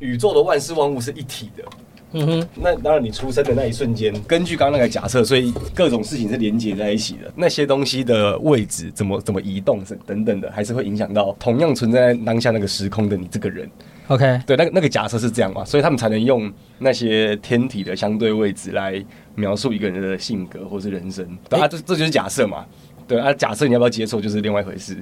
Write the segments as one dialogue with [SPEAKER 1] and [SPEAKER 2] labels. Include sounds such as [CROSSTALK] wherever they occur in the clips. [SPEAKER 1] 宇宙的万事万物是一体的。
[SPEAKER 2] 嗯哼，
[SPEAKER 1] 那当然，你出生的那一瞬间，根据刚刚那个假设，所以各种事情是连接在一起的。那些东西的位置怎么怎么移动等等的，还是会影响到同样存在在当下那个时空的你这个人。
[SPEAKER 2] ，OK，
[SPEAKER 1] 对，那个那个假设是这样嘛，所以他们才能用那些天体的相对位置来描述一个人的性格或是人生。对啊，这这就是假设嘛。对啊，假设你要不要接受就是另外一回事。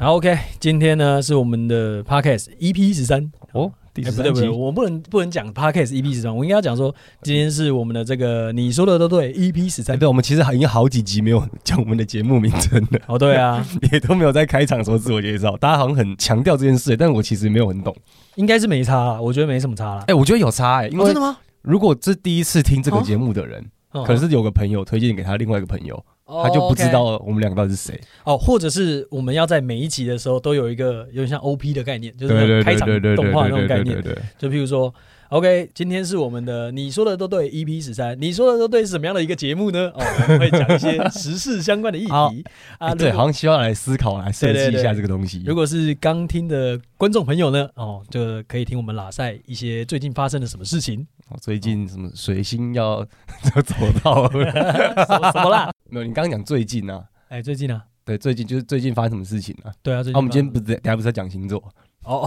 [SPEAKER 2] 好，OK，今天呢是我们的 Podcast EP 十三。
[SPEAKER 1] 哦，第
[SPEAKER 2] 哎
[SPEAKER 1] 十
[SPEAKER 2] 不对
[SPEAKER 1] 三集
[SPEAKER 2] 不对，我不能不能讲 podcast EP 十三，我应该要讲说今天是我们的这个你说的都对 EP 十
[SPEAKER 1] 哎，
[SPEAKER 2] 三。
[SPEAKER 1] 对，我们其实已经好几集没有讲我们的节目名称了。
[SPEAKER 2] 哦，对啊， [LAUGHS]
[SPEAKER 1] 也都没有在开场的时候自我介绍，大家好像很强调这件事，但我其实没有很懂。
[SPEAKER 2] 应该是没差啦，我觉得没什么差啦
[SPEAKER 1] 哎、。我觉得有差哎、因
[SPEAKER 2] 哦
[SPEAKER 1] 为
[SPEAKER 2] 真的吗？
[SPEAKER 1] 如果这第一次听这个节目的人，
[SPEAKER 2] 哦
[SPEAKER 1] 可能是有个朋友推荐给他另外一个朋友，
[SPEAKER 2] 哦
[SPEAKER 1] 他就不
[SPEAKER 2] OK
[SPEAKER 1] 知道我们两个到底是谁。
[SPEAKER 2] 哦，或者是我们要在每一集的时候都有一个有点像 OP 的概念，就是那
[SPEAKER 1] 对
[SPEAKER 2] 种
[SPEAKER 1] 对
[SPEAKER 2] 开
[SPEAKER 1] 对
[SPEAKER 2] 场
[SPEAKER 1] 对对对
[SPEAKER 2] 动画那种
[SPEAKER 1] 对
[SPEAKER 2] 概
[SPEAKER 1] 对对
[SPEAKER 2] 念。
[SPEAKER 1] 对。
[SPEAKER 2] 就譬如说，OK，今天是我们的你说的都对 EP 十三，你说的都对是什么样的一个节目呢？哦，我们会讲一些时事相关
[SPEAKER 1] [LAUGHS]
[SPEAKER 2] 的议
[SPEAKER 1] 哦
[SPEAKER 2] 题啊。
[SPEAKER 1] 哎
[SPEAKER 2] 如
[SPEAKER 1] 对，
[SPEAKER 2] 果
[SPEAKER 1] 好像需要来思考、来设
[SPEAKER 2] 对
[SPEAKER 1] 计
[SPEAKER 2] 对
[SPEAKER 1] 一下
[SPEAKER 2] 对
[SPEAKER 1] 这个东西。
[SPEAKER 2] 如果是刚听的观众朋友呢，哦，就可以听我们拉塞一些最近发生的什么事情， [LAUGHS]
[SPEAKER 1] 哦最近什么水星要 [LAUGHS] 就走到了，
[SPEAKER 2] [LAUGHS] 什么什么啦？
[SPEAKER 1] 没有？你刚刚讲最近啊，
[SPEAKER 2] 哎，最近啊，
[SPEAKER 1] 对，最近就是最近发生什么事情啊？
[SPEAKER 2] 对啊，最近
[SPEAKER 1] 啊，我们今天
[SPEAKER 2] 发
[SPEAKER 1] 不是等下不是在讲星座？
[SPEAKER 2] 哦，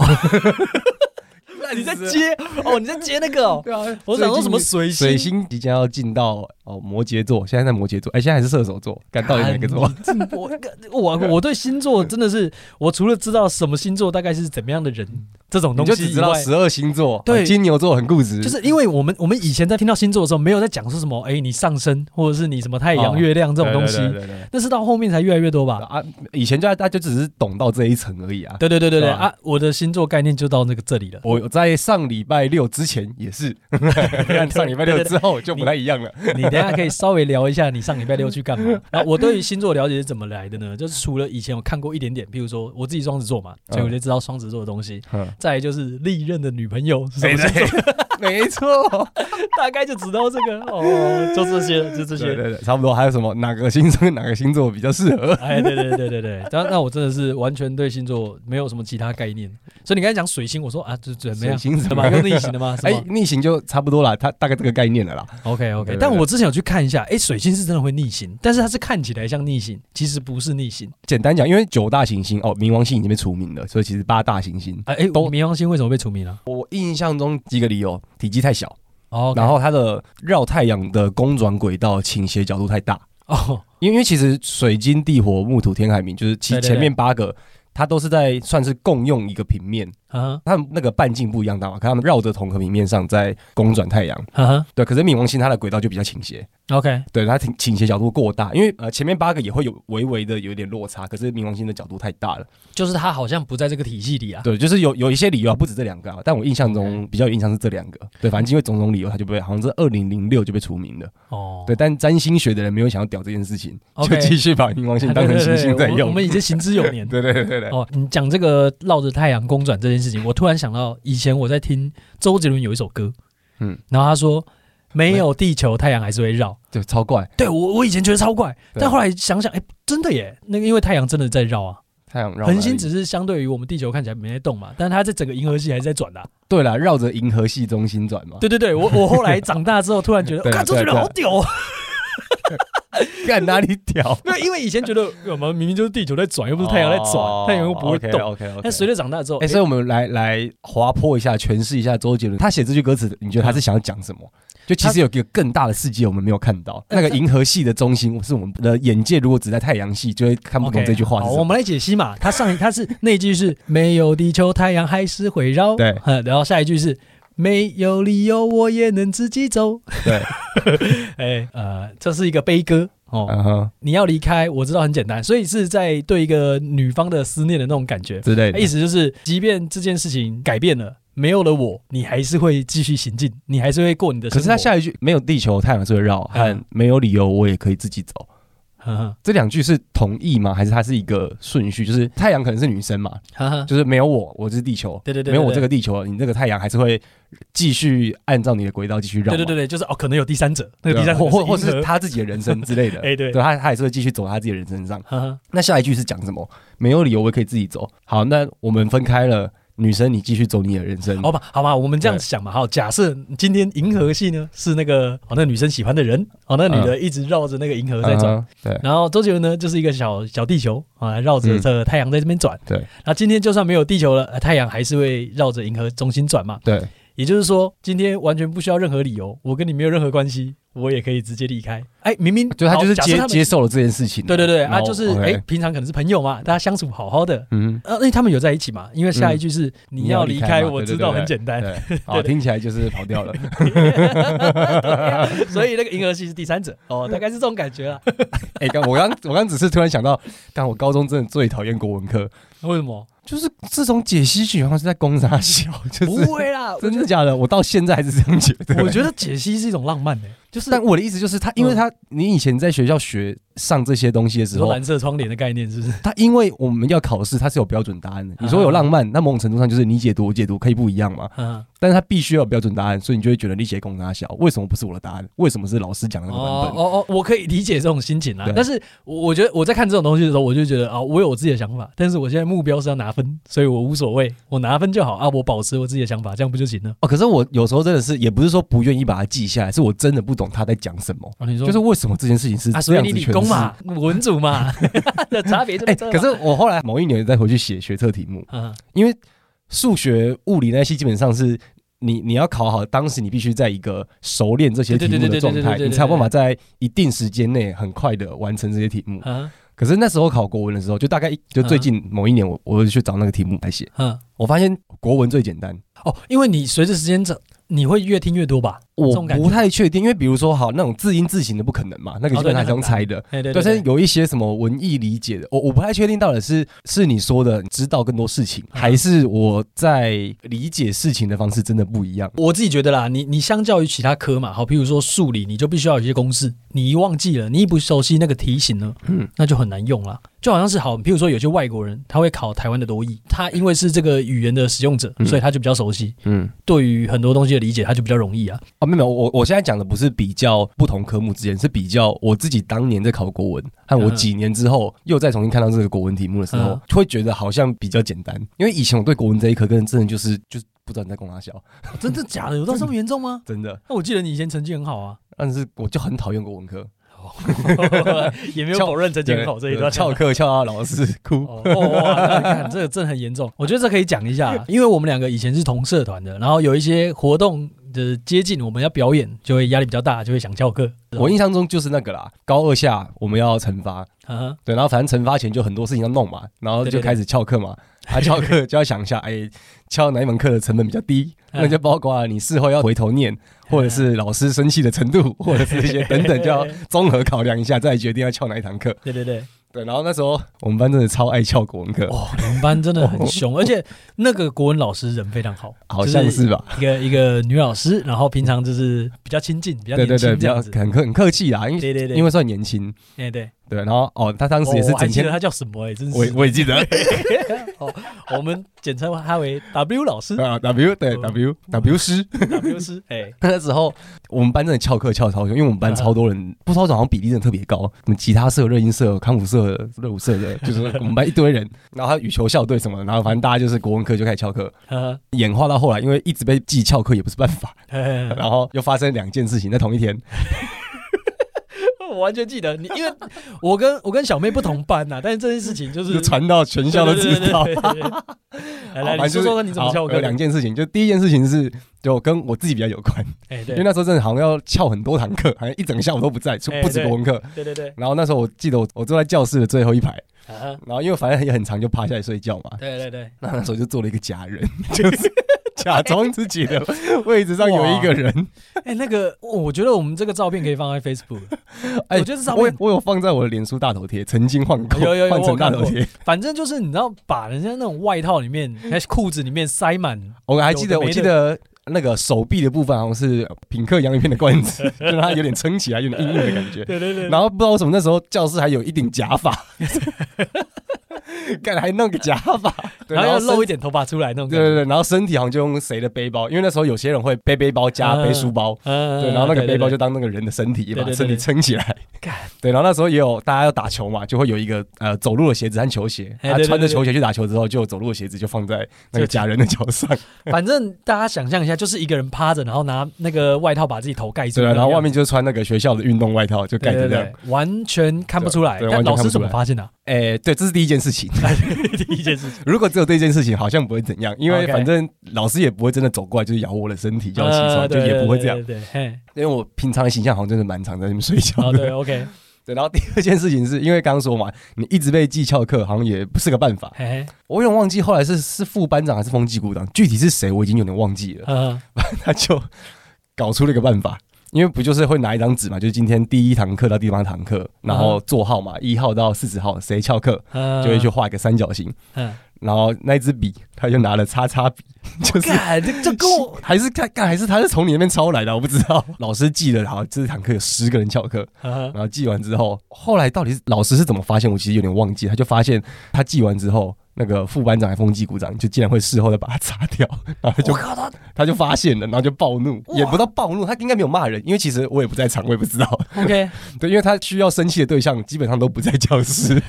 [SPEAKER 1] [LAUGHS]
[SPEAKER 2] 哦 [LAUGHS] 你在接哦，你在接那个哦，
[SPEAKER 1] 对啊，
[SPEAKER 2] 我想说什么水
[SPEAKER 1] 水
[SPEAKER 2] 星
[SPEAKER 1] 星即将要进到哦摩羯座，现在在摩羯座，哎、现在还是射手座，看到底哪个座？
[SPEAKER 2] 干你我我我对星座真的是，我除了知道什么星座大概是怎么样的人这种
[SPEAKER 1] 嗯你
[SPEAKER 2] 东
[SPEAKER 1] 就只
[SPEAKER 2] 西以
[SPEAKER 1] 知道
[SPEAKER 2] 外，
[SPEAKER 1] 十二星座，
[SPEAKER 2] 对
[SPEAKER 1] 哦金牛座很固执，
[SPEAKER 2] 就是因为我们我们以前在听到星座的时候，没有在讲说什么哎、你上升或者是你什么太阳、
[SPEAKER 1] 哦
[SPEAKER 2] 月亮这种东西，
[SPEAKER 1] 对对对对对
[SPEAKER 2] 那是到后面才越来越多吧？
[SPEAKER 1] 啊，以前就大家就只是懂到这一层而已啊。
[SPEAKER 2] 对对对对对
[SPEAKER 1] 对吧
[SPEAKER 2] 啊！我的星座概念就到那个这里
[SPEAKER 1] [LAUGHS]
[SPEAKER 2] 了。
[SPEAKER 1] 我在上礼拜六之前也
[SPEAKER 2] [LAUGHS]
[SPEAKER 1] 是，上礼拜六之后就不太一样了。
[SPEAKER 2] 你等一下可以稍微聊一下你上礼拜六去
[SPEAKER 1] [LAUGHS]
[SPEAKER 2] 干嘛。然后我对于星座了解是怎么来的呢？就是除了以前我看过一点点，譬如说我自己双子座嘛，所以我就知道双子座的东西。
[SPEAKER 1] 嗯，
[SPEAKER 2] 再来就是历任的女朋友是什
[SPEAKER 1] 对
[SPEAKER 2] 么星座，
[SPEAKER 1] 对没错，
[SPEAKER 2] 大概就知道这个哦，就
[SPEAKER 1] [LAUGHS]
[SPEAKER 2] 这些，就这
[SPEAKER 1] 对
[SPEAKER 2] 些。
[SPEAKER 1] 对对，差不多。还有什么哪个星座哪个星座比较适合？
[SPEAKER 2] 哎，对对对对对，但那我真的是完全对星座没有什么其他概念，所以你刚才讲水星，我说啊，这怎么样？
[SPEAKER 1] 水星
[SPEAKER 2] 怎
[SPEAKER 1] 怎
[SPEAKER 2] 么
[SPEAKER 1] 么
[SPEAKER 2] 样
[SPEAKER 1] 样
[SPEAKER 2] 又逆行的
[SPEAKER 1] [LAUGHS]
[SPEAKER 2] 吗？什
[SPEAKER 1] 哎、
[SPEAKER 2] 么
[SPEAKER 1] 逆行就差不多啦，它大概这个概念了啦。
[SPEAKER 2] ？OK OK，
[SPEAKER 1] 对对
[SPEAKER 2] 但我之前有去看一下，哎，水星是真的会逆行，但是它是看起来像逆行，其实不是逆行。
[SPEAKER 1] 简单讲，因为九大行星哦，冥王星已经被除名了，所以其实八大行星，
[SPEAKER 2] 哎哎，
[SPEAKER 1] 都
[SPEAKER 2] 冥王星为什么被除名了？
[SPEAKER 1] 我印象中几个理由：体积太小，
[SPEAKER 2] 哦，
[SPEAKER 1] 然后它的绕太阳的公转轨道倾斜角度太大。 [LAUGHS]
[SPEAKER 2] 哦，
[SPEAKER 1] 因为因为其实水金地火木土天海冥，就是
[SPEAKER 2] 对
[SPEAKER 1] 其
[SPEAKER 2] 对对
[SPEAKER 1] 前面八个，它都是在算是共用一个平面，
[SPEAKER 2] 哈
[SPEAKER 1] 它们那个半径不一样大嘛，可它们绕着同个平面上在公转太阳。
[SPEAKER 2] 哈哈
[SPEAKER 1] 对，可是冥王星它的轨道就比较倾斜，
[SPEAKER 2] ，OK，
[SPEAKER 1] 对它倾倾斜角度过大，因为呃前面八个也会有微微的有点落差，可是冥王星的角度太大了。
[SPEAKER 2] 就是它好像不在这个体系里啊。
[SPEAKER 1] 对，就是有有一些理由啊，不止这两个啊，但我印象中比较有印象是这两个。对，反正因为种种理由，他就被好像是二零零六就被除名了。
[SPEAKER 2] 哦，
[SPEAKER 1] 对，但占星学的人没有想要屌这件事情，就
[SPEAKER 2] OK
[SPEAKER 1] 继续把冥王星
[SPEAKER 2] 对，
[SPEAKER 1] 当成
[SPEAKER 2] 对
[SPEAKER 1] 行星在
[SPEAKER 2] [LAUGHS] 对我我
[SPEAKER 1] 用。
[SPEAKER 2] 们已经行之有年。
[SPEAKER 1] [LAUGHS] 对对对对对，
[SPEAKER 2] 哦，你讲这个绕着太阳公转这件事情，我突然想到以前我在听周杰伦有一首歌，嗯
[SPEAKER 1] 嗯，
[SPEAKER 2] 然后他说没有地球，太阳还是会绕。
[SPEAKER 1] 就超怪。
[SPEAKER 2] 对我我以前觉得超怪，
[SPEAKER 1] 对
[SPEAKER 2] 但后来想想，哎，真的耶，那个因为太阳真的在绕啊，
[SPEAKER 1] 太阳绕
[SPEAKER 2] 恒星
[SPEAKER 1] 哪里
[SPEAKER 2] 只是相对于我们地球看起来没在动嘛，但它在整个银河系还是
[SPEAKER 1] [LAUGHS]
[SPEAKER 2] 在转的啊、
[SPEAKER 1] 对啦，绕着银河系中心转嘛。
[SPEAKER 2] 对对对，我我后来长大之后突
[SPEAKER 1] [LAUGHS]
[SPEAKER 2] 然觉得，
[SPEAKER 1] 对啊
[SPEAKER 2] 看周杰
[SPEAKER 1] 对
[SPEAKER 2] 伦
[SPEAKER 1] 啊
[SPEAKER 2] 好屌哦。
[SPEAKER 1] [LAUGHS] 干哪里屌？
[SPEAKER 2] [LAUGHS] 没有，因为以前觉得呃我们明明就是地球在转，又不是太阳在转，太阳又不会动。
[SPEAKER 1] 哦 OK OK。
[SPEAKER 2] 但随
[SPEAKER 1] 着
[SPEAKER 2] 着长大之后，
[SPEAKER 1] 哎，
[SPEAKER 2] 哎，
[SPEAKER 1] 所以我们来来划破一下，诠释一下周杰伦他写这句歌词，你觉得
[SPEAKER 2] 嗯
[SPEAKER 1] 他是想要讲什么？就其实有一个更大的世界我们没有看到，
[SPEAKER 2] 呃
[SPEAKER 1] 那个银河系的中心是我们的眼界，如果只在太阳系，就会看不懂
[SPEAKER 2] OK，
[SPEAKER 1] 这句话是
[SPEAKER 2] 好，
[SPEAKER 1] 什么。
[SPEAKER 2] 我们来解析嘛。他上一
[SPEAKER 1] [LAUGHS]
[SPEAKER 2] 他是那一句是没有地球，太阳还是会绕。
[SPEAKER 1] 对
[SPEAKER 2] 嗯， [LAUGHS] 然后下一句是没有理由，我也能自己走。
[SPEAKER 1] 对，
[SPEAKER 2] [LAUGHS] 哎，呃，这是一个悲歌
[SPEAKER 1] [LAUGHS]
[SPEAKER 2] 哦。
[SPEAKER 1] 嗯哼
[SPEAKER 2] 你要离开，我知道很简单，所以是在对一个女方的思念的那种感觉。
[SPEAKER 1] 之类的
[SPEAKER 2] 哎意。思就是，即便这件事情改变了，没有了我，你还是会继续行进，你还是会过你的生活。
[SPEAKER 1] 可是他下一句没有地球，太阳是会绕，
[SPEAKER 2] 嗯
[SPEAKER 1] 和没有理由我也可以自己走。
[SPEAKER 2] 呵呵，
[SPEAKER 1] 这两句是同义吗？还是它是一个顺序？就是太阳可能是女生嘛，
[SPEAKER 2] 哈哈，
[SPEAKER 1] 就是没有我，我是地球，
[SPEAKER 2] 对对对
[SPEAKER 1] 没有
[SPEAKER 2] 对
[SPEAKER 1] 我
[SPEAKER 2] 对
[SPEAKER 1] 这个地球，你这个太阳还是会继续按照你的轨道继续绕
[SPEAKER 2] 对
[SPEAKER 1] 嘛。
[SPEAKER 2] 对对对，就是哦，可能有第三者，
[SPEAKER 1] 对
[SPEAKER 2] 那个
[SPEAKER 1] 啊
[SPEAKER 2] 第三者
[SPEAKER 1] 或或或
[SPEAKER 2] 银河
[SPEAKER 1] 是，他自己的人生之类
[SPEAKER 2] [LAUGHS]
[SPEAKER 1] 的。
[SPEAKER 2] 哎对
[SPEAKER 1] 对他他还是会继续走他自己的人生上。
[SPEAKER 2] 哈哈，
[SPEAKER 1] 那下一句是讲什么？没有理由我也可以自己走。好，那我们分开了，女生你继续走你的人生。
[SPEAKER 2] 好吧，好吧，我们这样想嘛。好，假设今天银河系呢是那个哦，那女生喜欢的人，哦，那
[SPEAKER 1] 啊
[SPEAKER 2] 女的一直绕着那个银河在转，
[SPEAKER 1] 嗯哼对
[SPEAKER 2] 然后周杰伦呢就是一个小小地球啊，绕着这个太阳在这边转。
[SPEAKER 1] 嗯对
[SPEAKER 2] 那今天就算没有地球了，呃太阳还是会绕着银河中心转嘛。
[SPEAKER 1] 对，
[SPEAKER 2] 也就是说，今天完全不需要任何理由，我跟你没有任何关系，我也可以直接离开。哎，明明
[SPEAKER 1] 啊就他
[SPEAKER 2] 好
[SPEAKER 1] 就是
[SPEAKER 2] 假设
[SPEAKER 1] 接
[SPEAKER 2] 他们
[SPEAKER 1] 接受了这件事情。
[SPEAKER 2] 对对对，
[SPEAKER 1] 然后
[SPEAKER 2] 啊，就是哎、
[SPEAKER 1] OK
[SPEAKER 2] 平常可能是朋友嘛，大家相处好好的，
[SPEAKER 1] 嗯，
[SPEAKER 2] 呃、因为他们有在一起嘛，因为下一句是、你要离开，
[SPEAKER 1] 嘛
[SPEAKER 2] 我
[SPEAKER 1] 对
[SPEAKER 2] 知
[SPEAKER 1] 对
[SPEAKER 2] 道
[SPEAKER 1] 对
[SPEAKER 2] 很简单，
[SPEAKER 1] 对，好，听起来就是跑掉了。
[SPEAKER 2] [LAUGHS]
[SPEAKER 1] [LAUGHS]
[SPEAKER 2] 所以那个银河系是第三者哦，大概是这种感觉啦。
[SPEAKER 1] 哎，刚我刚我刚只是突然想到，但我高中真的最讨厌国文课，
[SPEAKER 2] 为什么？
[SPEAKER 1] 就是这种解析句好像是在攻杀小，就 [LAUGHS]
[SPEAKER 2] 不
[SPEAKER 1] 是
[SPEAKER 2] 会啦，我
[SPEAKER 1] 真的假的？我到现在还是这样觉得。
[SPEAKER 2] 我觉得解析是一种浪漫的、就是嗯
[SPEAKER 1] 但我的意思就是，他因为他你以前在学校学上这些东西的时
[SPEAKER 2] 说
[SPEAKER 1] 候，
[SPEAKER 2] 蓝色窗帘的概念是
[SPEAKER 1] [LAUGHS]
[SPEAKER 2] 不是？
[SPEAKER 1] 他因为我们要考试，它是有标准答案
[SPEAKER 2] 啊
[SPEAKER 1] 的。你说有浪漫，那某种程度上就是你解读我解读可以不一样嘛，
[SPEAKER 2] 啊，
[SPEAKER 1] 但是它必须要有标准答案，所以你就会觉得你写公差小，为什么不是我的答案？为什么是老师讲的那个
[SPEAKER 2] 哦
[SPEAKER 1] 版本？
[SPEAKER 2] 哦哦，我可以理解这种心情啦
[SPEAKER 1] 对。
[SPEAKER 2] 但是我我觉得我在看这种东西的时候，我就觉得啊、我有我自己的想法，但是我现在目标是要拿分，所以我无所谓，我拿分就好啊，我保持我自己的想法，这样不就行了？
[SPEAKER 1] 哦，可是我有时候真的是，也不是说不愿意把它记下来，是我真的不懂他在讲什么，
[SPEAKER 2] 啊，你说
[SPEAKER 1] 就是为什么这件事情是
[SPEAKER 2] 啊，
[SPEAKER 1] 这
[SPEAKER 2] 所以
[SPEAKER 1] 样
[SPEAKER 2] 你
[SPEAKER 1] 子
[SPEAKER 2] 理
[SPEAKER 1] 诠
[SPEAKER 2] 工
[SPEAKER 1] 释。
[SPEAKER 2] 嘛，文
[SPEAKER 1] [LAUGHS]
[SPEAKER 2] 组嘛， [LAUGHS] 的差别就
[SPEAKER 1] 哎、
[SPEAKER 2] 在这嘛。
[SPEAKER 1] 可是我后来某一年再回去写学测题目，
[SPEAKER 2] 啊，
[SPEAKER 1] 因为数学、物理那些基本上是你你要考好，当时你必须在一个熟练这些题目的状态，你才有办法在一定时间内很快的完成这些题目。
[SPEAKER 2] 啊
[SPEAKER 1] 可是那时候考国文的时候，就大概一
[SPEAKER 2] 嗯
[SPEAKER 1] 就最近某一年我，我就去找那个题目来写，
[SPEAKER 2] 啊
[SPEAKER 1] 我发现国文最简单。
[SPEAKER 2] 哦，因为你随着时间长，你会越听越多吧？这
[SPEAKER 1] 我
[SPEAKER 2] 种感觉哦
[SPEAKER 1] 不太确定，因为比如说好那种字音字形的不可能嘛，那个基本上还是用猜的。
[SPEAKER 2] 哎，对
[SPEAKER 1] 对，
[SPEAKER 2] 对
[SPEAKER 1] 但是
[SPEAKER 2] 对，
[SPEAKER 1] 有一些什么文艺理解的，我我不太确定到底是是你说的知道更多事情，
[SPEAKER 2] 嗯
[SPEAKER 1] 还是我在理解事情的方式真的不一样。
[SPEAKER 2] 我自己觉得啦，你你相较于其他科嘛，好，譬如说数理，你就必须要有一些公式，你一忘记了，你一不熟悉那个题型呢，
[SPEAKER 1] 嗯
[SPEAKER 2] 那就很难用啦。就好像是好，譬如说有些外国人他会考台湾的多义，他因为是这个语言的使用者，
[SPEAKER 1] 嗯
[SPEAKER 2] 所以他就比较熟悉，
[SPEAKER 1] 嗯，
[SPEAKER 2] 对于很多东西的理解他就比较容易啊。
[SPEAKER 1] 哦，没有没有，我我现在讲的不是比较不同科目之间，是比较我自己当年在考国文，和我
[SPEAKER 2] 嗯
[SPEAKER 1] 几年之后又再重新看到这个国文题目的时候，
[SPEAKER 2] 嗯
[SPEAKER 1] 会觉得好像比较简单，因为以前我对国文这一科跟真的就是就是不知道你在供他笑，
[SPEAKER 2] 哦真的假的？啊有到这么严重吗？
[SPEAKER 1] [LAUGHS] 真的，
[SPEAKER 2] 那啊我记得你以前成绩很 [LAUGHS] 好啊。
[SPEAKER 1] 但是我就很讨厌国文科，
[SPEAKER 2] 也没有否认成绩很好这一段。
[SPEAKER 1] 翘课翘到老师 [LAUGHS] 哭，
[SPEAKER 2] [LAUGHS] 哦，哦哇，那看这个真的很严重。我觉得这可以讲一
[SPEAKER 1] [LAUGHS]
[SPEAKER 2] 下，因为我们两个以前是同社团的，然后有一些活动的接近，我们要表演就会压力比较大，就会想翘课。
[SPEAKER 1] 我印象中就是那个啦，高二下我们要惩罚，
[SPEAKER 2] 啊，
[SPEAKER 1] 对，然后反正惩罚前就很多事情要弄嘛，然后
[SPEAKER 2] 对
[SPEAKER 1] 就
[SPEAKER 2] 对对
[SPEAKER 1] 开始翘课嘛。啊，翘课就要想一下，哎、翘哪一门课的成本比较低？
[SPEAKER 2] 嗯
[SPEAKER 1] 那就包括你事后要回头念，或者是老师生气的程度，或者是一些等等，就
[SPEAKER 2] [LAUGHS]
[SPEAKER 1] 要综合考量一下，再决定要翘哪一堂课。
[SPEAKER 2] 对对对，
[SPEAKER 1] 对，然后那时候我们班真的超爱翘国文课，
[SPEAKER 2] 哦，你们班真的很凶，而且那个国文老师人非常好，
[SPEAKER 1] [LAUGHS] 好像是吧？
[SPEAKER 2] 一个一个女老师，然后平常就是比较亲近，比较
[SPEAKER 1] 对
[SPEAKER 2] 年
[SPEAKER 1] 对对，
[SPEAKER 2] 轻
[SPEAKER 1] 比
[SPEAKER 2] 这
[SPEAKER 1] 较
[SPEAKER 2] 样子。
[SPEAKER 1] 很客很客气啦，因为
[SPEAKER 2] 对对对，
[SPEAKER 1] 因为算年轻。
[SPEAKER 2] 哎对，
[SPEAKER 1] 对，然后哦，他当时也是
[SPEAKER 2] 我还
[SPEAKER 1] 整
[SPEAKER 2] 记得
[SPEAKER 1] 天，
[SPEAKER 2] 他叫什么哎，真
[SPEAKER 1] 我也
[SPEAKER 2] [LAUGHS] 是，哦
[SPEAKER 1] 我也记得啊
[SPEAKER 2] 我们简称他为 W 老
[SPEAKER 1] [LAUGHS]
[SPEAKER 2] 师
[SPEAKER 1] 啊，W 对
[SPEAKER 2] 嗯
[SPEAKER 1] W W 师，
[SPEAKER 2] ，W 师哎。
[SPEAKER 1] [LAUGHS] 那时候我们班真的翘课翘超久，因为我们
[SPEAKER 2] 嗯
[SPEAKER 1] 班超多人，不知道怎么好像比例真的特别高，什么吉他社、热音社、康复社、热舞社的，就是我们班一堆人。然后还有羽球校队什么的，然后反正大家就是国文课就开始翘课，
[SPEAKER 2] 呵
[SPEAKER 1] 演化到后来，因为一直被记翘课也不是办法，
[SPEAKER 2] 呵
[SPEAKER 1] [LAUGHS] 然后又发生两件事情在同一天。
[SPEAKER 2] [LAUGHS] 我完全记得你，因为 [LAUGHS] 我跟我跟小妹不同班呐、啊但是这件事情就是
[SPEAKER 1] 就传到全校都知道。
[SPEAKER 2] 对。对对 [LAUGHS] 对对对来来，
[SPEAKER 1] 好反正
[SPEAKER 2] 你
[SPEAKER 1] 就
[SPEAKER 2] 说
[SPEAKER 1] 是
[SPEAKER 2] 说看你怎么
[SPEAKER 1] 好
[SPEAKER 2] 教我
[SPEAKER 1] 有两件事情，就第一件事情是，就跟我自己比较有关，
[SPEAKER 2] 哎，对
[SPEAKER 1] 因为那时候真的好像要翘很多堂课，好像一整个下午都不在，除
[SPEAKER 2] 哎
[SPEAKER 1] 不止
[SPEAKER 2] 对
[SPEAKER 1] 国文课。
[SPEAKER 2] 对对对，
[SPEAKER 1] 然后那时候我记得我我坐在教室的最后一排，
[SPEAKER 2] 啊，
[SPEAKER 1] 然后因为反正也很长，就趴下来睡觉嘛。
[SPEAKER 2] 对对对，
[SPEAKER 1] 那那时候就做了一个假人， [LAUGHS] 就是假装自己的位置上有一个人。
[SPEAKER 2] 哎，那个，我我觉得我们这个照片可以放在 Facebook，
[SPEAKER 1] 哎
[SPEAKER 2] 我觉得这照
[SPEAKER 1] 我
[SPEAKER 2] 片，
[SPEAKER 1] 我有放在我的脸书大头贴，曾经换过，
[SPEAKER 2] 有有有
[SPEAKER 1] 换成大头贴。
[SPEAKER 2] 反正就是你知道，把人家那种外套里面、还是裤子里面塞满，
[SPEAKER 1] 我还记得，
[SPEAKER 2] 有的
[SPEAKER 1] 我
[SPEAKER 2] 没的
[SPEAKER 1] 记得那个手臂的部分好像是品客洋芋片的罐子，
[SPEAKER 2] [LAUGHS]
[SPEAKER 1] 就让它有点撑起来，有点硬硬的感觉。
[SPEAKER 2] 对对对，
[SPEAKER 1] 然后不知道为什
[SPEAKER 2] [LAUGHS]
[SPEAKER 1] 么那时候教室还有一顶假发，干还弄个假发，对
[SPEAKER 2] 然后要
[SPEAKER 1] 然后身
[SPEAKER 2] 露一点头发出来那种
[SPEAKER 1] 对
[SPEAKER 2] 感
[SPEAKER 1] 对
[SPEAKER 2] 觉。
[SPEAKER 1] 对，然后身体好像就用谁的背包，因为那时候有些人会背背包加
[SPEAKER 2] 啊
[SPEAKER 1] 背书包，
[SPEAKER 2] 嗯，
[SPEAKER 1] 对，然后那个背包就
[SPEAKER 2] 对
[SPEAKER 1] 当那个人的身体，
[SPEAKER 2] 对
[SPEAKER 1] 把
[SPEAKER 2] 对对
[SPEAKER 1] 身体撑起来
[SPEAKER 2] [LAUGHS] 干。
[SPEAKER 1] 对，然后那时候也有大家要打球嘛，就会有一个呃走路的鞋子和球鞋，
[SPEAKER 2] 哎
[SPEAKER 1] 他
[SPEAKER 2] 对对
[SPEAKER 1] 穿着
[SPEAKER 2] 对
[SPEAKER 1] 球鞋去打球之后，就有走路的鞋子就放在那
[SPEAKER 2] 就
[SPEAKER 1] 个假人的脚上，
[SPEAKER 2] 对对反正大家想象一下，就是一个人趴着，然后拿那个外套把自己头盖住
[SPEAKER 1] 对啊，
[SPEAKER 2] 那样子，
[SPEAKER 1] 然后外面就穿那个学校的运动外套，就盖
[SPEAKER 2] 对对
[SPEAKER 1] 着这
[SPEAKER 2] 对
[SPEAKER 1] 样。，
[SPEAKER 2] 完全看不出来。
[SPEAKER 1] 对对
[SPEAKER 2] 但
[SPEAKER 1] 完全
[SPEAKER 2] 老
[SPEAKER 1] 看不出来
[SPEAKER 2] 师怎么发现的？啊
[SPEAKER 1] [LAUGHS]
[SPEAKER 2] [LAUGHS]
[SPEAKER 1] 哎，对，这是第一件事情。
[SPEAKER 2] 第一件事情，
[SPEAKER 1] 如果只有这件事情，好像不会怎样，因为
[SPEAKER 2] [LAUGHS] OK
[SPEAKER 1] 反正老师也不会真的走过来就是咬我的身体叫我起床，
[SPEAKER 2] 呃
[SPEAKER 1] 就也不会这样。
[SPEAKER 2] 对对对，对嘿，
[SPEAKER 1] 因为我平常的形象好像真的蛮常在那边睡觉
[SPEAKER 2] 哦
[SPEAKER 1] [LAUGHS]
[SPEAKER 2] 对
[SPEAKER 1] 的。
[SPEAKER 2] ，OK，
[SPEAKER 1] 对，然后 [LAUGHS] 第二件事情是因为刚刚说嘛，你一直被记翘课好像也不是个办法。
[SPEAKER 2] 嘿嘿，
[SPEAKER 1] 我有点忘记后来是是副班长还是风纪股长，具体是谁我已经有点忘记了。 [LAUGHS]
[SPEAKER 2] 嗯，
[SPEAKER 1] 他就搞出了一个办法，因为不就是会拿一张纸嘛，就是今天第一堂课到第八堂课，然后座号嘛，一号到四十号谁翘课，
[SPEAKER 2] 嗯
[SPEAKER 1] 就会去，画一个三角形。
[SPEAKER 2] 嗯，
[SPEAKER 1] 然后那一支笔，他就拿了叉叉笔，就是
[SPEAKER 2] 干，这这跟
[SPEAKER 1] [LAUGHS]
[SPEAKER 2] 我，
[SPEAKER 1] 还是他干还是他是从你那边抄来的，我不知道。老师记了，好，这堂课有十个人翘课，
[SPEAKER 2] 嗯
[SPEAKER 1] 然后记完之后，后来到底是老师是怎么发现？我其实有点忘记，他就发现他记完之后，那个副班长还风纪股长就竟然会事后再把它擦掉，然后他
[SPEAKER 2] 我
[SPEAKER 1] 就
[SPEAKER 2] 靠，他
[SPEAKER 1] 他就发现了，然后就暴怒，
[SPEAKER 2] 哇
[SPEAKER 1] 也不到暴怒，他应该没有骂人，因为其实我也不在场，我也不知道，
[SPEAKER 2] OK，
[SPEAKER 1] 对，因为他需要生气的对象基本上都不在教室，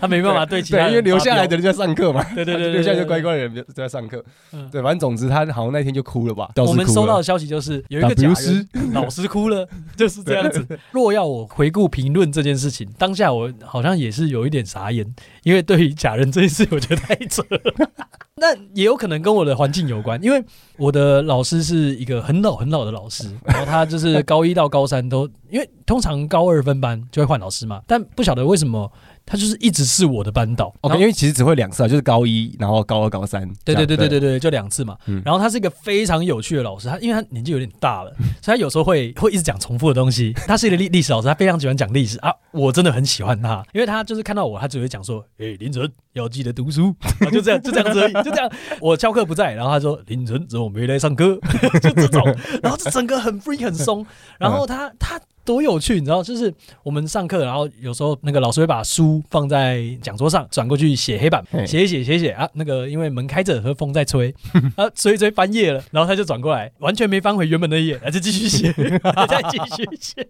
[SPEAKER 2] 他没办法对其他
[SPEAKER 1] 对，
[SPEAKER 2] 人
[SPEAKER 1] 因为留下来的
[SPEAKER 2] 发
[SPEAKER 1] 人就在上课嘛，
[SPEAKER 2] 飙，对对对对，
[SPEAKER 1] 留下来就
[SPEAKER 2] 对
[SPEAKER 1] 乖。乖的人就在上课
[SPEAKER 2] 嗯，
[SPEAKER 1] 对，反正总之他好像那天就哭了吧，
[SPEAKER 2] 对
[SPEAKER 1] 教室
[SPEAKER 2] 我们
[SPEAKER 1] 哭
[SPEAKER 2] 收到
[SPEAKER 1] 了
[SPEAKER 2] 的消息就是有一个假
[SPEAKER 1] W
[SPEAKER 2] 人 [LAUGHS] 老师哭
[SPEAKER 1] [LAUGHS]
[SPEAKER 2] 了，就是这样子。若要我回顾评论这件事情，当下我好像也是有一点傻眼，因为对于假人这件事，我觉得太扯了。
[SPEAKER 1] [LAUGHS]
[SPEAKER 2] 那也有可能跟我的环境有关，因为我的老师是一个很老很老的老
[SPEAKER 1] [LAUGHS]
[SPEAKER 2] 师，然后他就是高一到高三都，因为通常高二分班就会换老师嘛，但不晓得为什么他就是一直是我的班导。然后
[SPEAKER 1] ，OK，因为其实只会两次啊，就是高一，然后高二、高三，
[SPEAKER 2] 对对对对
[SPEAKER 1] 这样
[SPEAKER 2] 对对，就两次嘛。
[SPEAKER 1] 嗯
[SPEAKER 2] 然后他是一个非常有趣的老师，他因为他年纪有点大了， [LAUGHS] 所以他有时候会会一直讲重复的东西。 [LAUGHS] 他是一个历历史老师，他非常喜欢讲历史啊，我真的很喜欢他，因为他就是看到我，他只会讲说：“哎、林晨要记得读书。” [LAUGHS] 然后就这样就这样子而已，就这样。我翘课不在，然后他说：“林晨怎么没来上课？” [LAUGHS] 就这种，然后就整个很 free 很松。然后他他多有趣，你知道，就是我们上课，然后有时候那个老师会把书放在讲桌上，转过去写黑板，
[SPEAKER 1] 嘿
[SPEAKER 2] 写一写写一写啊，那个因为门开着和风在吹 [LAUGHS] 啊，吹一吹翻页了，然后他就转过来，完全没翻回原本的页，然后就继续写， [LAUGHS] 再继续写。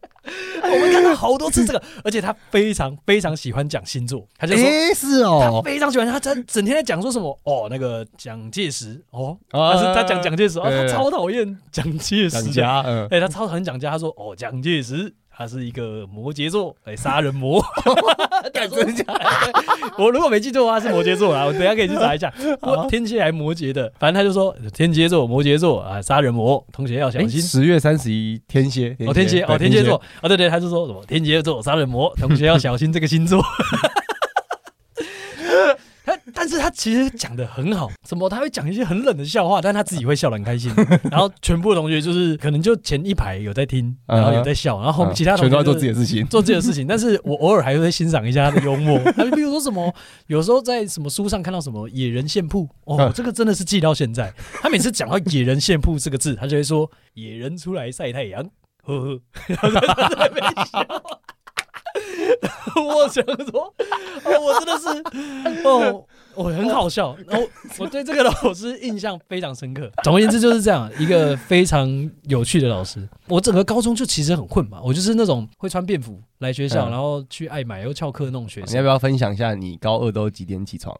[SPEAKER 2] 我们看到好多次这个，而且他非常非常喜欢讲星座，他就说。
[SPEAKER 1] 诶，是
[SPEAKER 2] 他
[SPEAKER 1] 哦，
[SPEAKER 2] 非常喜欢他，他整天在讲说什么哦，那个蒋介石哦，
[SPEAKER 1] 啊
[SPEAKER 2] 他是他讲蒋介石哦，他
[SPEAKER 1] 对
[SPEAKER 2] 超讨厌蒋介石
[SPEAKER 1] 蒋
[SPEAKER 2] 的，
[SPEAKER 1] 家，嗯，
[SPEAKER 2] 哎、他超讨厌蒋介石，他说哦，蒋介石他是一个摩羯座，哎、杀人魔，
[SPEAKER 1] 敢真假？
[SPEAKER 2] 我如果没记错的话 [LAUGHS] 是摩羯座啦，我等一下可以去查一下，我天蝎还摩羯的，反正他就说天蝎座、摩羯座啊，杀人魔，同学要小
[SPEAKER 1] 哎，
[SPEAKER 2] 心。
[SPEAKER 1] 十月三十一，天蝎，
[SPEAKER 2] 哦，天蝎，哦，
[SPEAKER 1] 对
[SPEAKER 2] 天蝎座，哦，对对，他就说什么天蝎座杀人魔，同学要小心这个星座。他，但是他其实讲的很好，什么他会讲一些很冷的笑话，但他自己会笑得很开
[SPEAKER 1] [LAUGHS]
[SPEAKER 2] 心。然后全部的同学就是可能就前一排有在听，然后有在笑，然后后面
[SPEAKER 1] 嗯
[SPEAKER 2] 其他同
[SPEAKER 1] 全
[SPEAKER 2] 学
[SPEAKER 1] 都要
[SPEAKER 2] 就
[SPEAKER 1] 做
[SPEAKER 2] 是
[SPEAKER 1] 自己的事情。
[SPEAKER 2] 做这
[SPEAKER 1] [LAUGHS]
[SPEAKER 2] 个事情，但是我偶尔还会欣赏一下他的幽默。他比如说什么，有时候在什么书上看到什么“野人线铺”，哦
[SPEAKER 1] 嗯，
[SPEAKER 2] 这个真的是记到现在。他每次讲到“野人线铺”这个字，他就会说“野人出来晒太阳”，呵呵， [LAUGHS] 然后他在那边笑。我想说，哦，我真的是，哦，我很好笑。然后我对这个老师印象非常深刻。总而言之就是这样，一个非常有趣的老师。我整个高中就其实很混嘛，我就是那种会穿便服来学校，
[SPEAKER 1] 嗯
[SPEAKER 2] 然后去爱买又翘课那种学
[SPEAKER 1] 你要
[SPEAKER 2] 生。
[SPEAKER 1] 不要分享一下你高二都几点起床？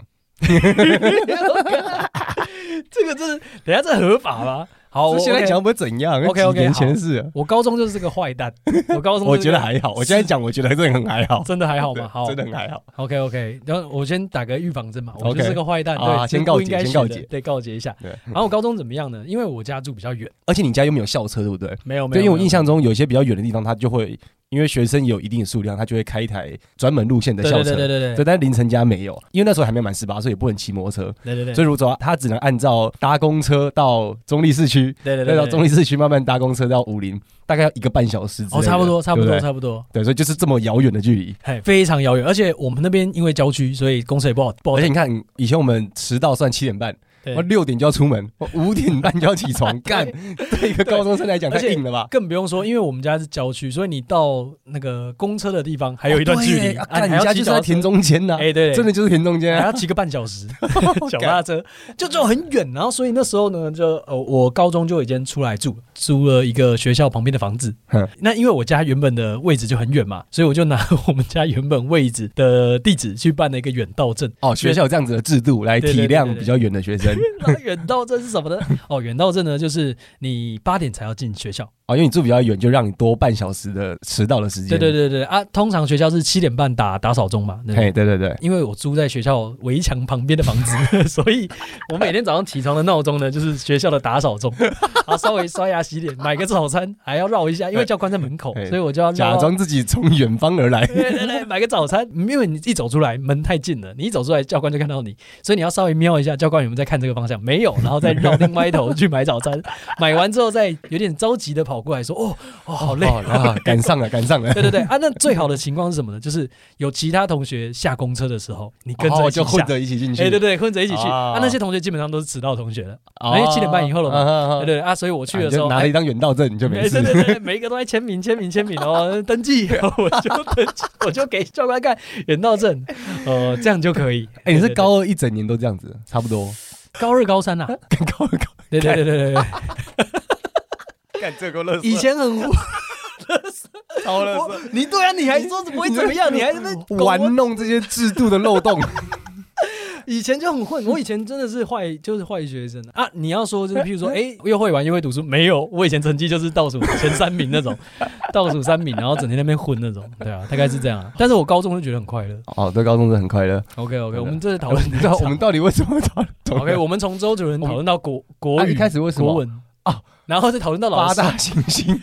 [SPEAKER 1] [LAUGHS]
[SPEAKER 2] 这个真的，等一下这合法 [LAUGHS] 吗？好，哦我
[SPEAKER 1] 我现在
[SPEAKER 2] OK
[SPEAKER 1] 讲。不会怎样
[SPEAKER 2] OK，OK，
[SPEAKER 1] 几年前的事啊。
[SPEAKER 2] 我高中就是个坏蛋，我高中
[SPEAKER 1] 我
[SPEAKER 2] 就是
[SPEAKER 1] 觉
[SPEAKER 2] 个
[SPEAKER 1] 得还好，我现在讲我觉得真的很还好，
[SPEAKER 2] 真的还嗯好
[SPEAKER 1] 对
[SPEAKER 2] 吗？好，
[SPEAKER 1] 真的很还好。
[SPEAKER 2] OK OK，然后我先打个预防针嘛，我
[SPEAKER 1] OK
[SPEAKER 2] 就是个坏蛋，对，
[SPEAKER 1] 啊
[SPEAKER 2] 这
[SPEAKER 1] 先
[SPEAKER 2] 不
[SPEAKER 1] 告
[SPEAKER 2] 应
[SPEAKER 1] 诫
[SPEAKER 2] 该
[SPEAKER 1] 先
[SPEAKER 2] 学
[SPEAKER 1] 告
[SPEAKER 2] 的
[SPEAKER 1] 诫
[SPEAKER 2] 对，告诫一下。
[SPEAKER 1] 对，
[SPEAKER 2] 然后我高中怎么样呢？因为我家住比较远，
[SPEAKER 1] 而且你家 [LAUGHS] 又没有校车，对不对？
[SPEAKER 2] 没有没有，
[SPEAKER 1] 对，因为我
[SPEAKER 2] 没有
[SPEAKER 1] 印象中有些比较远的地方，它就会因为学生有一定的数量，它就会开一台专门路线的
[SPEAKER 2] 对
[SPEAKER 1] 校
[SPEAKER 2] 对
[SPEAKER 1] 车。
[SPEAKER 2] 对对对
[SPEAKER 1] 对，
[SPEAKER 2] 对
[SPEAKER 1] 但凌晨家没有，因为那时候还没满十八岁，也不能骑摩托车，
[SPEAKER 2] 对对对，
[SPEAKER 1] 所以如果他只能按照搭公车到中立市区，
[SPEAKER 2] 对对
[SPEAKER 1] 再
[SPEAKER 2] 对
[SPEAKER 1] 到中
[SPEAKER 2] 立
[SPEAKER 1] 立市区慢慢搭公车到武林，大概要一个半小时之类的
[SPEAKER 2] 哦，差不多差不多
[SPEAKER 1] 对对
[SPEAKER 2] 差不多，
[SPEAKER 1] 对，所以就是这么遥远的距离。
[SPEAKER 2] 嘿，非常遥远，而且我们那边因为郊区，所以公车也不好不好
[SPEAKER 1] 而且
[SPEAKER 2] 打。
[SPEAKER 1] 你看，以前我们迟到算七点半，
[SPEAKER 2] 对
[SPEAKER 1] 我六点就要出门， [LAUGHS] 我五点半就要起
[SPEAKER 2] [LAUGHS]
[SPEAKER 1] 床，干，对一个高中生来讲
[SPEAKER 2] 而
[SPEAKER 1] 太
[SPEAKER 2] 且哦
[SPEAKER 1] 硬了吧？
[SPEAKER 2] 更不用说，因为我们家是郊区，所以你到那个公车的地方还有一段
[SPEAKER 1] 哦
[SPEAKER 2] 距离，
[SPEAKER 1] 对啊干，
[SPEAKER 2] 啊还
[SPEAKER 1] 你
[SPEAKER 2] 要
[SPEAKER 1] 家
[SPEAKER 2] 骑
[SPEAKER 1] 就是
[SPEAKER 2] 脚
[SPEAKER 1] 在
[SPEAKER 2] 踏车
[SPEAKER 1] 田中间呐，
[SPEAKER 2] [LAUGHS] 哎，对，对
[SPEAKER 1] 真的就是田中间
[SPEAKER 2] 还
[SPEAKER 1] 啊
[SPEAKER 2] 要。骑个半小 [LAUGHS] 时
[SPEAKER 1] [LAUGHS]
[SPEAKER 2] 脚踏车，就就很远。然后所以那时候呢，就呃，我高中就已经出来住，租了一个学校旁边的房子
[SPEAKER 1] 嗯。
[SPEAKER 2] 那因为我家原本的位置就很远嘛，所以我就拿我们家原本位置的地址去办了一个远道证。
[SPEAKER 1] 哦，学校有这样子的制度来
[SPEAKER 2] 对
[SPEAKER 1] 体
[SPEAKER 2] 对对
[SPEAKER 1] 谅
[SPEAKER 2] 对对
[SPEAKER 1] 比较远的学生
[SPEAKER 2] [LAUGHS] 那远道证是什么呢？ [LAUGHS] 哦，远道证呢，就是你八点才要进学校。
[SPEAKER 1] 哦，因为你住比较远，就让你多半小时的迟到的时间。
[SPEAKER 2] 对对对对啊，通常学校是七点半打打扫钟嘛。对不对
[SPEAKER 1] 嘿，对对对，
[SPEAKER 2] 因为我租在学校围墙旁边的房子， [LAUGHS] 所以我每天早上起床的闹钟呢，就是学校的打扫钟， [LAUGHS] 然后稍微刷牙洗脸，买个早餐，还要绕一下，因为教官在门口，
[SPEAKER 1] 哎
[SPEAKER 2] 所以我就要绕
[SPEAKER 1] 假装自己从远方而来。
[SPEAKER 2] 对对对，买个早餐，因为你一走出来门太近了，你一走出来教官就看到你，所以你要稍微瞄一下教官有没有在看这个方向，没有，然后再绕另外一头去买早
[SPEAKER 1] [LAUGHS]
[SPEAKER 2] 餐，买完之后再有点着急的跑过来说，哦哦好累
[SPEAKER 1] 哦，啊，赶上了，赶上了。
[SPEAKER 2] 对对对啊，那最好的情况是什么呢？就是有其他同学下公车的时候，你跟着
[SPEAKER 1] 哦
[SPEAKER 2] 一起
[SPEAKER 1] 就混
[SPEAKER 2] 下。
[SPEAKER 1] 着一起进去。
[SPEAKER 2] 哎、对对，混着一起去。
[SPEAKER 1] 啊
[SPEAKER 2] 啊，那些同学基本上都是迟到同学了，
[SPEAKER 1] 哦，
[SPEAKER 2] 哎7点半以后了嘛
[SPEAKER 1] 嘛
[SPEAKER 2] 对对对啊，所以我去的
[SPEAKER 1] 你
[SPEAKER 2] 时
[SPEAKER 1] 就
[SPEAKER 2] 候，
[SPEAKER 1] 拿了
[SPEAKER 2] 哎
[SPEAKER 1] 一张远道哦证，你就没 [LAUGHS]
[SPEAKER 2] 哎
[SPEAKER 1] 事
[SPEAKER 2] 对。对对，每一个都在签名，签名，签名哦，
[SPEAKER 1] [LAUGHS]
[SPEAKER 2] 登记，我就登记，我就给教官看远道证，呃，这样就可以。
[SPEAKER 1] 哎，你
[SPEAKER 2] 对
[SPEAKER 1] 是
[SPEAKER 2] 对对
[SPEAKER 1] 高二一整年都这样子，差不
[SPEAKER 2] [LAUGHS]
[SPEAKER 1] 多。
[SPEAKER 2] 高二、高三呐、啊？
[SPEAKER 1] 跟高二高，
[SPEAKER 2] 对对对对
[SPEAKER 1] [LAUGHS]
[SPEAKER 2] 对对，
[SPEAKER 1] 干这个乐
[SPEAKER 2] 以前很无，
[SPEAKER 1] 超乐
[SPEAKER 2] 我 [LAUGHS] 你对啊，你还说不会怎么样，你还在那边
[SPEAKER 1] 玩弄这些制度的漏
[SPEAKER 2] [LAUGHS]
[SPEAKER 1] 洞。
[SPEAKER 2] 以前就很 [LAUGHS] 混，我以前真的是坏，就是坏学生啊！你要说就是，譬如说， [LAUGHS] 哎、又会玩又会读书，没有，我以前成绩就是倒数前三名那种， [LAUGHS] 倒数三名，然后整天在那边混那种，对啊，大概是这样、啊。但是我高中就觉得很快乐。
[SPEAKER 1] 哦，对，高中生很快乐。
[SPEAKER 2] OK OK，
[SPEAKER 1] 的
[SPEAKER 2] [LAUGHS] 我们这是讨论
[SPEAKER 1] 你知道我们到底为什么讨论
[SPEAKER 2] OK，我们从周杰伦讨论到国国
[SPEAKER 1] 啊
[SPEAKER 2] 语，
[SPEAKER 1] 一开始为什么
[SPEAKER 2] 国文
[SPEAKER 1] 啊，
[SPEAKER 2] 然后再讨论到老
[SPEAKER 1] 八
[SPEAKER 2] 师，
[SPEAKER 1] 大行星。 [LAUGHS]